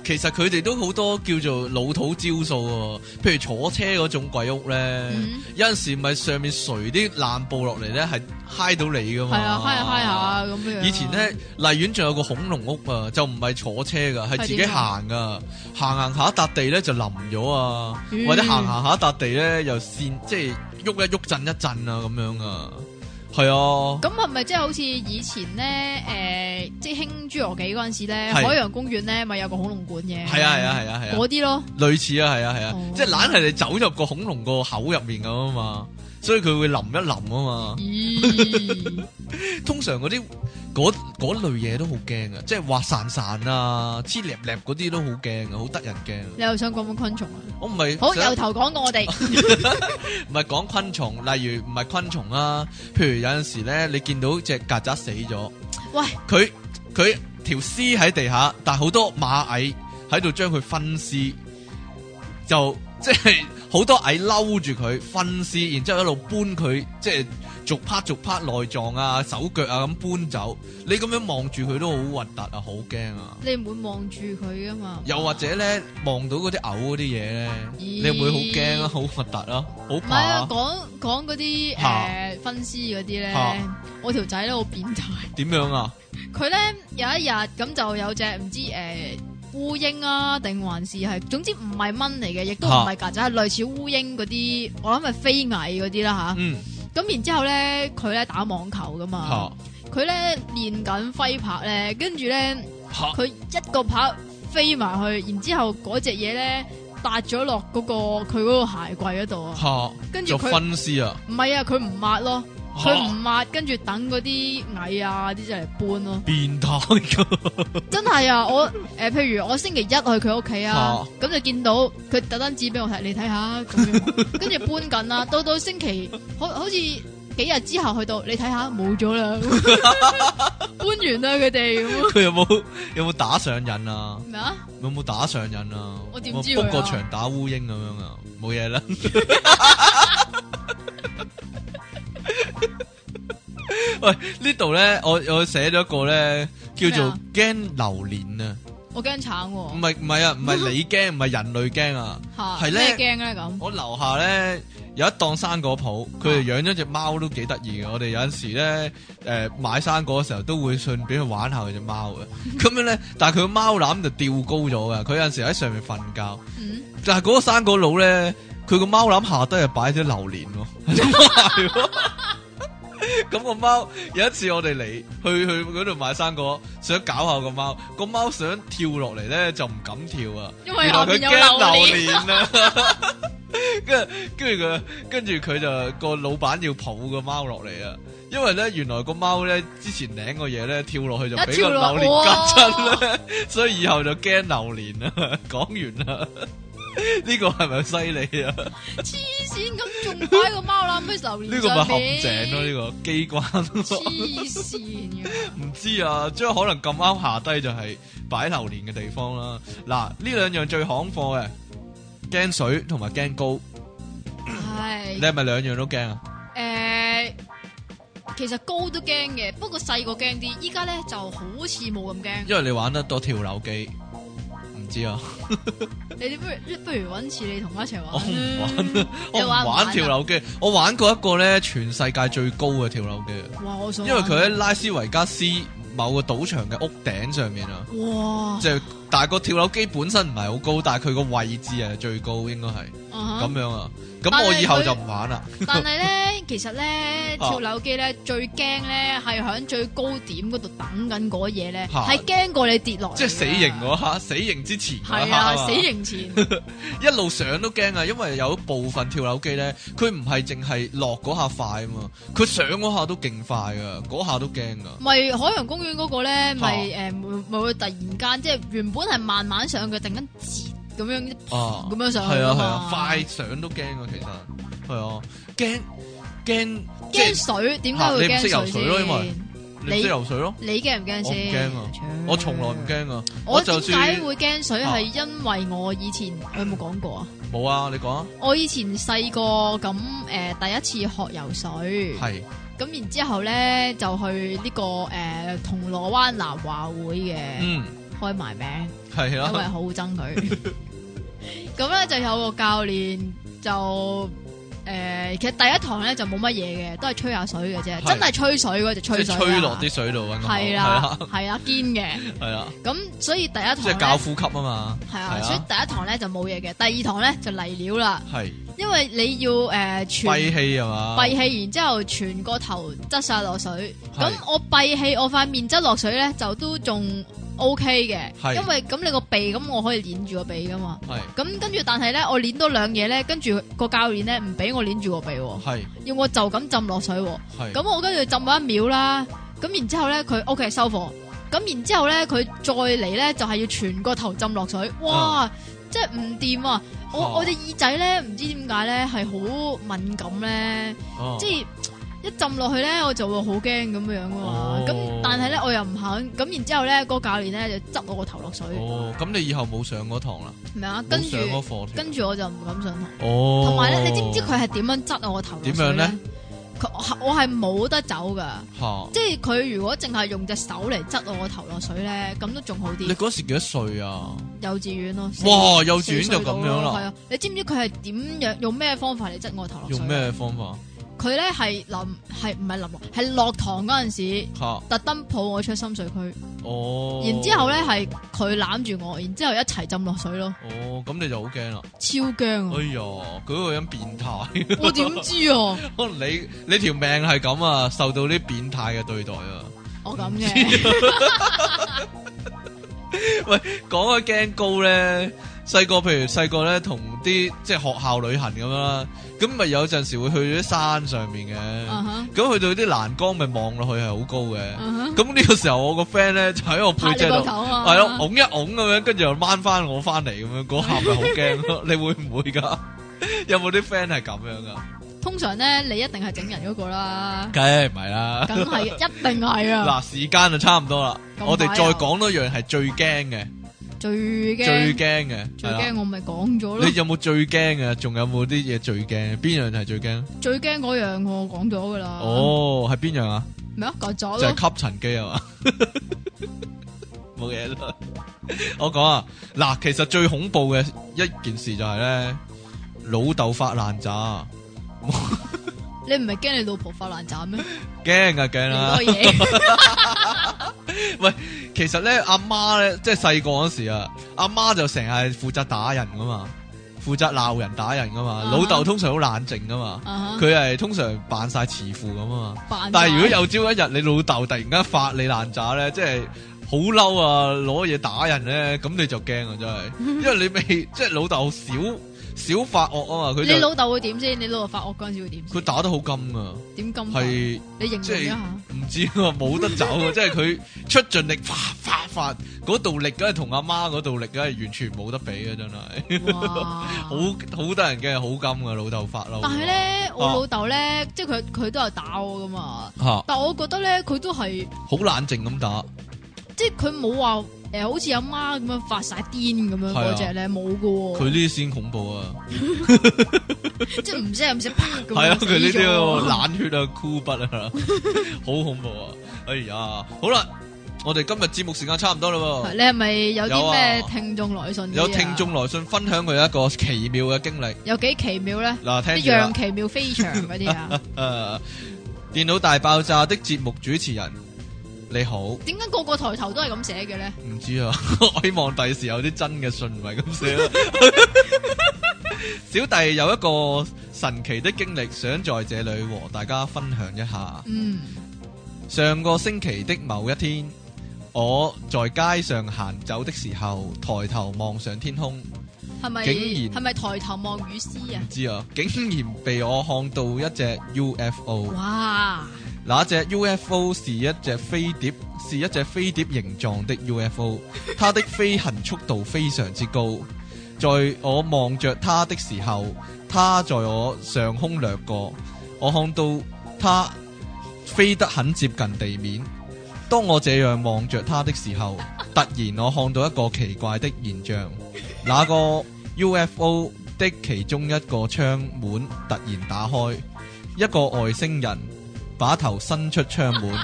A: 其實佢哋都好多叫做老土招數喎，譬如坐車嗰種鬼屋咧，
B: 嗯
A: 有陣時咪上面垂啲爛布落嚟咧，係嗨到你噶嘛。
B: 係啊，嗨下嗨下咁樣。
A: 以前咧，荔園仲有個恐龍屋啊，就唔係坐車噶，係
B: 啊
A: 自己行噶，行行下一笪地咧就淋咗啊，
B: 嗯
A: 或者行行下一笪地咧又跣，即係喐一喐震一震啊咁樣啊，係啊，
B: 咁係咪即係好似以前咧，诶、即係興侏羅紀嗰阵时咧，
A: 係
B: 海洋公園咧咪有個恐龍館嘅？
A: 係啊係啊係啊係啊，
B: 嗰啲咯，
A: 類似啊係啊係啊
B: 哦，
A: 即係懶係你走入個恐龍個口入面咁啊嘛，所以佢會淋一淋啊嘛。
B: 咦，
A: 通常嗰啲嗰嗰類嘢都好驚啊，即係滑潺潺啊、黐立立嗰啲都好驚啊，好得人驚啊。
B: 你又想講講昆蟲
A: [LAUGHS]
B: 啊？
A: 我唔係
B: 好，
A: 想
B: 由頭講過我哋，
A: [LAUGHS] 唔係講昆蟲，例如唔係昆蟲啦，譬如有陣時咧，你見到只曱甴死咗，
B: 喂，
A: 佢佢條屍喺地下，但好多螞蟻喺度將佢分屍，就 [LAUGHS] 即係好多蟻嬲住佢分屍，然之後一路搬佢，即係逐 part 逐 part 內臟啊、手腳啊咁搬走。你咁樣望住佢都好核突啊，好驚啊！
B: 你唔會望住佢噶嘛？
A: 又或者咧，望到嗰啲嘔嗰啲嘢咧，你
B: 咦
A: 會唔會好驚啊？好核突啊？好
B: 唔
A: 怕
B: 係啊
A: 啊？，
B: 講講嗰啲
A: 嚇
B: 诶分屍嗰啲咧
A: 嚇，
B: 我條仔咧好變態。
A: 點樣啊？
B: 佢咧有一日咁就有隻唔知诶烏蠅啊，定還是係總之唔係蚊嚟嘅，亦都唔係曱甴，係類似烏蠅嗰啲，我諗係飛蟻嗰啲啦
A: 嗯，
B: 吓。咁然之後咧，佢咧打網球噶
A: 嚇、
B: 嘛，佢咧練緊揮拍咧，跟住咧
A: 嚇、
B: 佢一個拍飛埋去，然之後嗰隻嘢咧搭咗落嗰個佢嗰個鞋櫃嗰度啊，
A: 吓，
B: 跟
A: 就
B: 住佢
A: 分屍啊，
B: 唔係啊，佢唔抹咯，佢唔
A: 嚇
B: 抹，跟住等嗰啲蟻啊啲就嚟搬咯。
A: 變態噶，
B: 真系啊！我 [LAUGHS] 诶、呃譬如我星期一去佢屋企啊
A: 啊，
B: 咁、就見到佢特登指俾我睇，你睇下咁樣，
A: [LAUGHS]
B: 跟住搬緊啦。到到星期好好似幾日之後去到，你睇下冇咗
A: [LAUGHS]
B: 啦，搬完啦佢哋咁
A: 佢有冇有冇打上癮啊？
B: 咩啊？
A: 有冇打上癮啊？
B: 我點知佢啊
A: book 個場打烏蠅咁樣啊？冇嘢啦。 [LAUGHS] 喂，呢度咧，我我寫咗一個咧，叫
B: 咩
A: 做
B: 啊
A: 驚榴蓮啊，
B: 我驚慘
A: 唔
B: 喎
A: 係唔係啊，唔係
B: [LAUGHS]
A: 你驚，唔係人類驚啊。
B: 吓，
A: 係
B: 咩
A: 呢
B: 驚咧咁？
A: 我樓下咧有一檔生果鋪，佢哋養咗只貓都幾得意嘅。我哋有陣時咧誒買生果嘅時候都會順便去玩下佢只貓嘅。咁樣咧，但係佢個貓籃就吊高咗嘅。佢有陣時喺上面瞓覺，
B: 嗯，
A: 但係嗰個生果佬咧，佢個貓籃下低係擺咗榴蓮喎，係喎 [LAUGHS] 咁個貓有一次我哋嚟去去嗰度買生果，想搞下個貓，個貓想跳落嚟咧就唔敢跳啊。
B: 因
A: 原
B: 為
A: 來
B: 下
A: 佢
B: 边有
A: 驚
B: 榴
A: 榴
B: 莲，
A: 莲啊！跟跟住佢，跟住佢就個老闆要抱個貓落嚟啊！因為咧，原來個貓咧之前領個嘢咧跳落去就俾
B: 一
A: 個
B: 跳
A: 榴
B: 落
A: 莲夾親 [LAUGHS] 咧，所以以後就驚榴莲啦。講完啦，呢個係咪犀利啊？ [LAUGHS]
B: 黐線咁仲擺個貓籃喺榴
A: 呢
B: 莲
A: 個咪
B: 上
A: 陷阱咯，呢
B: 面，
A: 個機關。
B: 黐線嘅。
A: 唔知啊，即係可能咁啱下低就係擺榴莲嘅地方啦。嗱，呢兩樣最行貨嘅，驚水同埋驚高。
B: 唉
A: 你，係咪兩樣都驚啊？
B: 诶、其實高都驚嘅，不過細個驚啲。依家咧就好似冇咁驚。
A: 因為你玩得多跳樓機，唔知啊，
B: 你哋不如不如揾次你同我一齊玩
A: 我唔
B: 啦。
A: 我
B: 你
A: 唔
B: 玩唔玩
A: 哦玩
B: 啊
A: 跳樓機，我玩過一個咧全世界最高嘅跳樓機，
B: 哇！我想
A: 因為
B: 玩
A: 佢喺拉斯維加斯某個賭場嘅屋頂上面啊，
B: 哇
A: 就但係個跳樓機本身唔係好高，但係佢個位置係最高，應該係
B: 啊
A: 咁
B: 哈
A: 樣啊。咁
B: 但係
A: 我
B: 佢
A: 以後就唔玩啦。
B: 但係咧，其實
A: [LAUGHS]
B: 咧
A: 啊
B: 跳樓機咧最驚咧係喺最高點嗰度等緊嗰嘢咧，
A: 嚇
B: 係驚過你跌落嚟㗎。
A: 即係死刑嗰刻，死刑之前嗰
B: 啊係
A: 刻啊
B: 啊，
A: 嘛
B: 死刑前
A: 一路上都驚啊，因為有部分跳樓機咧，佢唔係淨係落嗰下快啊嘛，佢上嗰下都勁快噶，嗰下都驚噶。
B: 咪海洋公園嗰個咧，咪
A: 哦
B: 誒咪咪會突然間即係原本係慢慢上嘅，突然間截咁樣
A: 啊，
B: 咁樣上去
A: 係啊
B: 㗎
A: 係
B: 嘛
A: 啊，快上都驚啊，其實係啊，驚驚即
B: 驚
A: 係
B: 水，點解
A: 嚇
B: 會
A: 你唔
B: 驚
A: 識游
B: 水
A: 水咯因為
B: 先？
A: 你唔識游水咯？
B: 你驚唔驚
A: 我唔
B: 先？
A: 驚啊我從來唔驚啊！
B: 我
A: 就
B: 點
A: 算
B: 解會驚水？
A: 啊
B: 係因為我以前我有冇講過啊？
A: 冇啊！你講啊，
B: 我以前細個咁誒第一次學游水，
A: 係
B: 咁然之後咧就去呢、個誒、呃、銅鑼灣南華會嘅、
A: 嗯
B: 開埋名，
A: 係啊
B: 因為
A: 啦，
B: 好憎佢。
A: [LAUGHS]
B: 咁咧就有個教練就誒、呃其實第一堂咧就冇乜嘢嘅，都係吹下水嘅啫，
A: 係
B: 真係吹水嗰隻
A: 即
B: 吹
A: 係
B: 水啊
A: 吹落啲水度啊揾個口
B: 係啦，係啦，堅嘅。
A: 係啦，
B: 咁所以第一堂
A: 即係教
B: 咧
A: 呼吸啊嘛，
B: 係啊，所以第一堂咧就冇嘢嘅，第二堂咧就嚟料啦，
A: 係
B: 因為你要誒全
A: 閉氣啊嘛，
B: 閉氣，然之後全個頭側晒落水。
A: 係
B: 咁我閉氣，我塊面側落水咧，就都仲 O K 嘅，
A: 係
B: 因為咁你個鼻咁我可以捏住個鼻噶嘛。
A: 係
B: 咁跟住，但係咧，我捏多兩嘢咧，跟住個教練咧唔俾我捏住個鼻喎，
A: 係
B: 要我就咁浸落水喎。
A: 係
B: 咁我跟住浸咗一秒啦，咁然之後咧佢 OK 收貨，咁然之後咧佢再嚟咧就係、要全個頭浸落水，哇！即係唔掂啊！我、
A: 哦
B: 我隻耳仔咧唔知點解咧係好敏感咧，
A: 哦
B: 即係。一浸落去咧，我就會好驚咁樣噶嘛。
A: 哦
B: 咁、但係咧，我又唔肯。咁然之後咧，嗰個教練咧就執我個頭落水，
A: 哦，咁你以後冇上嗰堂啦，
B: 明啊？跟
A: 冇
B: 住
A: 上嗰課添，
B: 跟住我就唔敢上堂。
A: 哦，
B: 同埋咧，你知唔知佢係點樣執啊我個頭落水
A: 點樣咧？
B: 佢我係冇得走噶。
A: 吓？
B: 即係佢如果淨係用隻手嚟執我個頭落水咧，咁都仲好
A: 你
B: 啲。
A: 嗰時幾多歲啊？
B: 幼稚園咯，四
A: 哇幼稚園就咁樣啦
B: 係啊，你知唔知佢係點樣用咩方法嚟執我個頭落水？啊
A: 用？咩方法？
B: 佢咧係淋係唔係淋落？係落堂嗰陣時，
A: 吓？
B: 特登抱我出深水區，
A: 哦，
B: 然之後咧係佢攬住我，然之後一齊浸落水咯，
A: 哦，咁你就好驚啦！
B: 超驚
A: 哎
B: 啊！
A: 呀，佢個人變態，
B: 我點知啊？
A: 可能 [LAUGHS] 你你條命係咁啊，受到啲變態嘅對待啊！
B: 我咁嘅，
A: 講開驚高咧，細個譬如細個咧同啲即係學校旅行咁樣啦，咁咪有陣時會去啲山上面
B: 啊
A: 嘅，
B: 哈
A: 咁去到啲欄杆咪望落去係好高嘅，
B: 啊哈
A: 咁呢個時候我個 friend 咧就喺我
B: 拍
A: 背脊
B: 你個
A: 度。
B: 頭啊！
A: 係咯，，拱一拱咁樣，跟住又掹翻我翻嚟咁樣，嗰下咪好驚咯。 [LAUGHS] 你會唔會噶？有冇啲 friend 係咁樣噶？
B: 通常咧你一定係整人嗰個
A: [LAUGHS]
B: 啦，
A: 梗係唔係啦。
B: 梗係一定係啊！
A: 嗱，時間就差唔多啦，
B: 咁
A: 我哋
B: 快啊
A: 再講多樣係最驚嘅，
B: 最
A: 最
B: 驚
A: 驚嘅，
B: 最
A: 係啦。
B: 驚我咪講咗咯
A: 你，有冇最驚嘅？仲有冇啲嘢最驚？邊樣係最驚？
B: 最驚嗰樣我講咗噶啦。，
A: 哦，係邊樣啊？
B: 咩啊？講咗
A: 就係
B: 咯，
A: 吸塵機啊嘛， [LAUGHS] 冇嘢啦。我講啊，嗱，其實最恐怖嘅一件事就係咧，老豆發爛渣。
B: 你唔係驚你老婆發爛渣咩？
A: 驚啊
B: 你
A: 驚
B: 嗰
A: 啦
B: 個！
A: [LAUGHS]
B: 嘢
A: 其實咧，阿媽咧，即係細個嗰時啊，阿媽就成日係負責打人噶嘛，負責鬧人打人噶嘛。
B: 啊哈
A: 老豆通常好冷靜噶嘛，
B: 啊哈，
A: 佢係通常扮晒慈父咁啊嘛。
B: 扮
A: 但係
B: 係
A: 如果有朝一日你老豆突然間發你爛渣咧，即係好嬲啊，攞嘢打人咧，咁你就驚啊真
B: [LAUGHS]
A: 係，因為你未即係老豆少少發惡啊嘛，佢
B: 你
A: 就
B: 老豆會點先？你老豆發惡嗰陣時會點先？
A: 佢打得好金啊，
B: 點咁快？
A: 係。
B: 你形
A: 即
B: 容一
A: 係
B: 下，
A: 唔知喎，冇得走啊！即係佢 [LAUGHS] 出盡力，發發發嗰度力，梗係同阿媽嗰度力，梗係完全冇得比啊！真
B: 嗯
A: 係
B: 哇！
A: [LAUGHS] 好好得人驚，好金噶老豆發嬲。
B: 但係咧，我
A: 啊
B: 老豆咧，即係佢佢都有打我噶嘛。
A: 吓好
B: 但我覺得咧，佢都係
A: 冷靜咁打，
B: 即係佢冇話誒，好似阿媽咁樣發晒癲咁樣
A: 係啊
B: 嗰只咧，冇噶
A: 佢呢啲先恐怖啊！
B: [LAUGHS] 即係唔聲唔聲啪咁樣
A: 係啊，
B: 死
A: 佢呢啲
B: 咗
A: 啊冷血啊，酷筆啊， [LAUGHS] 好恐怖啊！哎呀，好啦，我哋今日節目時間差唔多啦喎。
B: 你係咪有
A: 有
B: 啲
A: 啊
B: 咩聽眾來信？啊
A: 有聽眾來信分享佢一個奇妙嘅經歷，
B: 有幾奇妙咧？
A: 嗱，聽
B: 啲
A: 住啊啦
B: 樣奇妙非常嗰
A: [LAUGHS]
B: 啲啊？
A: 诶、 [LAUGHS] 电脑大爆炸的節目主持人，你好，唔
B: 點解個個抬頭都係咁寫嘅咧？
A: 知啊， [LAUGHS] 我希望第時有啲真嘅信唔係咁寫啦。啊 [LAUGHS] 小弟有一個神奇的經歷，想在這裏和大家分享一下。
B: 嗯，
A: 上個星期的某一天，我在街上行走的時候，抬頭望上天空，唔
B: 係咪
A: 竟然
B: 係咪抬頭望雨絲啊？
A: 知啊，竟然被我看到一隻 UFO。
B: 哇！
A: 那只 UFO 是一隻飛碟，是一隻飛碟形狀的 UFO，它 [LAUGHS] 的飛行速度非常之高。在我望着它的時候，它在我上空掠過，我看到它飛得很接近地面。当我这样望着他的时候，突然我看到一个奇怪的现象，那个 UFO 的其中一个窗门突然打开，一个外星人把头伸出窗门，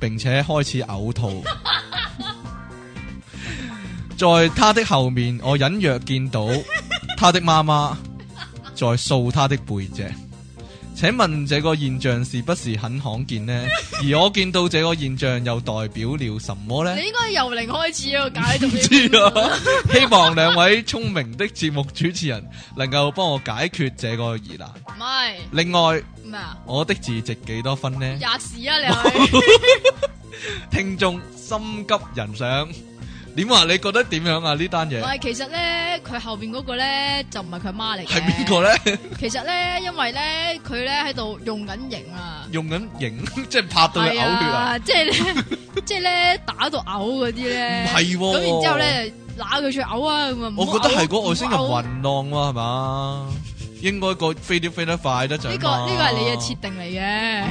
A: 并且开始呕吐。在他的后面，我隐约见到他的妈妈在扫他的背脊。请问这个现象是不是很罕见呢？而我见到这个现象又代表了什么呢
B: 你？应该由零開始啊，解讀
A: 唔
B: 呢
A: 知
B: 啲
A: 啊， [LAUGHS] 希望兩位聰明的節目主持人能夠幫我解決這個疑難。
B: 唔係
A: 另外，
B: 咩啊？
A: 我的字值幾多分呢？
B: 吔屎啊！
A: [LAUGHS]
B: 你去
A: 聽眾心急人上，點話？你覺得點樣啊？呢單 [LAUGHS]
B: 唔
A: 嘢
B: 係其實咧，佢後边嗰個咧就唔係佢阿媽嚟嘅。
A: 係邊個？咧？
B: 其實咧，因為咧佢咧喺度用緊型啊，
A: 用緊影， [LAUGHS] 即係拍到佢嘔
B: 係
A: 血啊！
B: 啊，即係咧， [LAUGHS] 即係咧打到嘔嗰啲咧。
A: 係喎
B: 咁然之後咧，揦佢出嘔啊咁啊！
A: 我覺得係個外星人
B: 暈。
A: 混浪喎，係嘛？應該個飛碟飛得快得滯
B: 呢個
A: 嘛
B: 呢個係你嘅設定嚟嘅，
A: [LAUGHS] 啊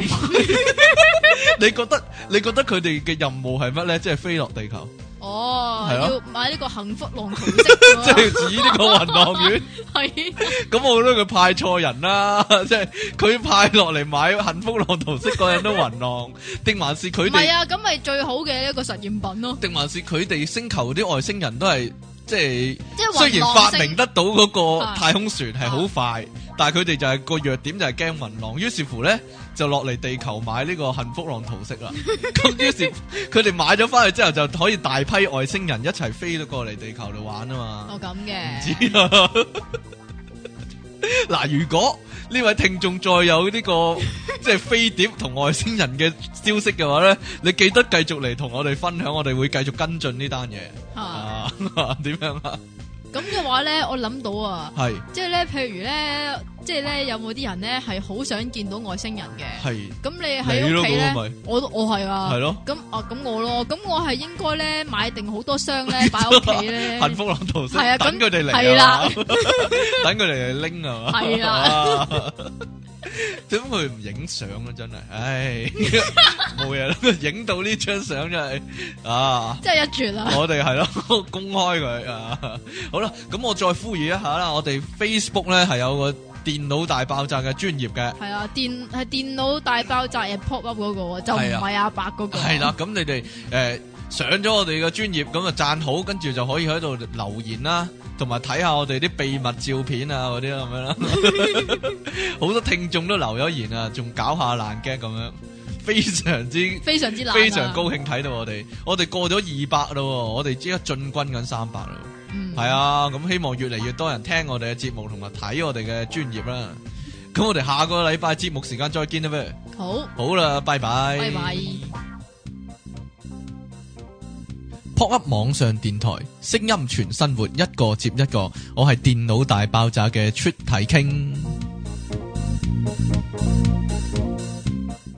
A: 你覺得你覺得佢哋嘅任務係乜咧？即係飛落地球， [LAUGHS]
B: 哦，
A: 係咯啊
B: 要買呢個幸福浪潮式啊
A: 即 [LAUGHS] 係指呢個雲浪丸。
B: [LAUGHS] 係
A: 咁我覺得佢派錯人啦， [LAUGHS] 即係佢派落嚟買幸福浪圖式嗰人都雲浪，定還是佢
B: 唔係
A: 哋？
B: 啊？咁咪最好嘅一個實驗品咯，
A: 定還是佢哋星球啲外星人都係即係
B: 即係
A: 雖
B: 雲
A: 然
B: 浪
A: 發
B: 式
A: 明得到嗰個
B: 啊
A: 太空船係好快，但係佢哋就係、個弱點就係驚雲浪，於是乎咧就落嚟地球買呢個幸福浪圖
B: [LAUGHS]
A: 式啦。咁於是佢哋買咗翻去之後，就可以大批外星人一齊飛咗過嚟地球度玩啊嘛。
B: 哦咁
A: 唔
B: 嘅，
A: 知啊。嗱，如果呢位聽眾再有呢、個 [LAUGHS] 即係飛碟同外星人嘅消息嘅話咧，你記得繼續嚟同我哋分享，我哋會繼續跟進呢單嘢
B: 嚇
A: 啊。點樣啊？
B: 咁嘅話咧，我諗到啊，
A: 係
B: 即係咧，譬如咧，即係咧，有冇啲人咧係好想見到外星人嘅？
A: 係
B: 咁你
A: 你
B: 喺
A: 咯
B: 屋企咧
A: 嗰個咪，
B: 我都我係啊
A: 係，咯，
B: 咁啊咁我咯，咁我係應該咧買定好多箱
A: [LAUGHS]
B: 咧擺喺屋企咧，
A: 幸福朗圖式
B: 係啊
A: 等
B: 咁
A: 佢哋嚟
B: 係
A: 啊
B: 啦
A: 嘛， [LAUGHS] 等佢哋嚟拎啊嘛，
B: 係
A: 啦， [LAUGHS] 點佢唔影相啊？真係，唉，冇嘢啦， [LAUGHS] 影到呢張相真係啊！
B: 真係一絕啊！
A: [LAUGHS] 我哋係咯，公開佢啊！ [LAUGHS] 好啦，咁我再呼籲一下啦，我哋 Facebook 咧係有個電腦大爆炸嘅專業嘅，
B: 係啊，電係電腦大爆炸嘅 pop up 嗰個喎，就唔
A: 係啊
B: 係阿伯嗰個。
A: 係啦，咁你哋诶上咗我哋嘅專業，咁啊讚好，跟住就可以喺度留言啦，同埋睇下我哋啲秘密照片啊嗰啲啦咁樣啦， [LAUGHS] 好多聽眾都留咗言啊，仲搞下爛 g 咁樣，非常之
B: 非常之難啊，
A: 非常高興睇到我哋，我哋過咗二百咯，我哋即刻進軍緊三百啦。
B: 嗯，
A: 系啊，咁希望越嚟越多人聽我哋嘅節目，同埋睇我哋嘅專業啦。咁我哋下個禮拜節目時間再見啦咩？
B: 好。
A: 好啦，拜拜。
B: 拜拜
A: Pop Up 網上電台，聲音全生活，一個接一個。我係電腦大爆炸嘅出體傾。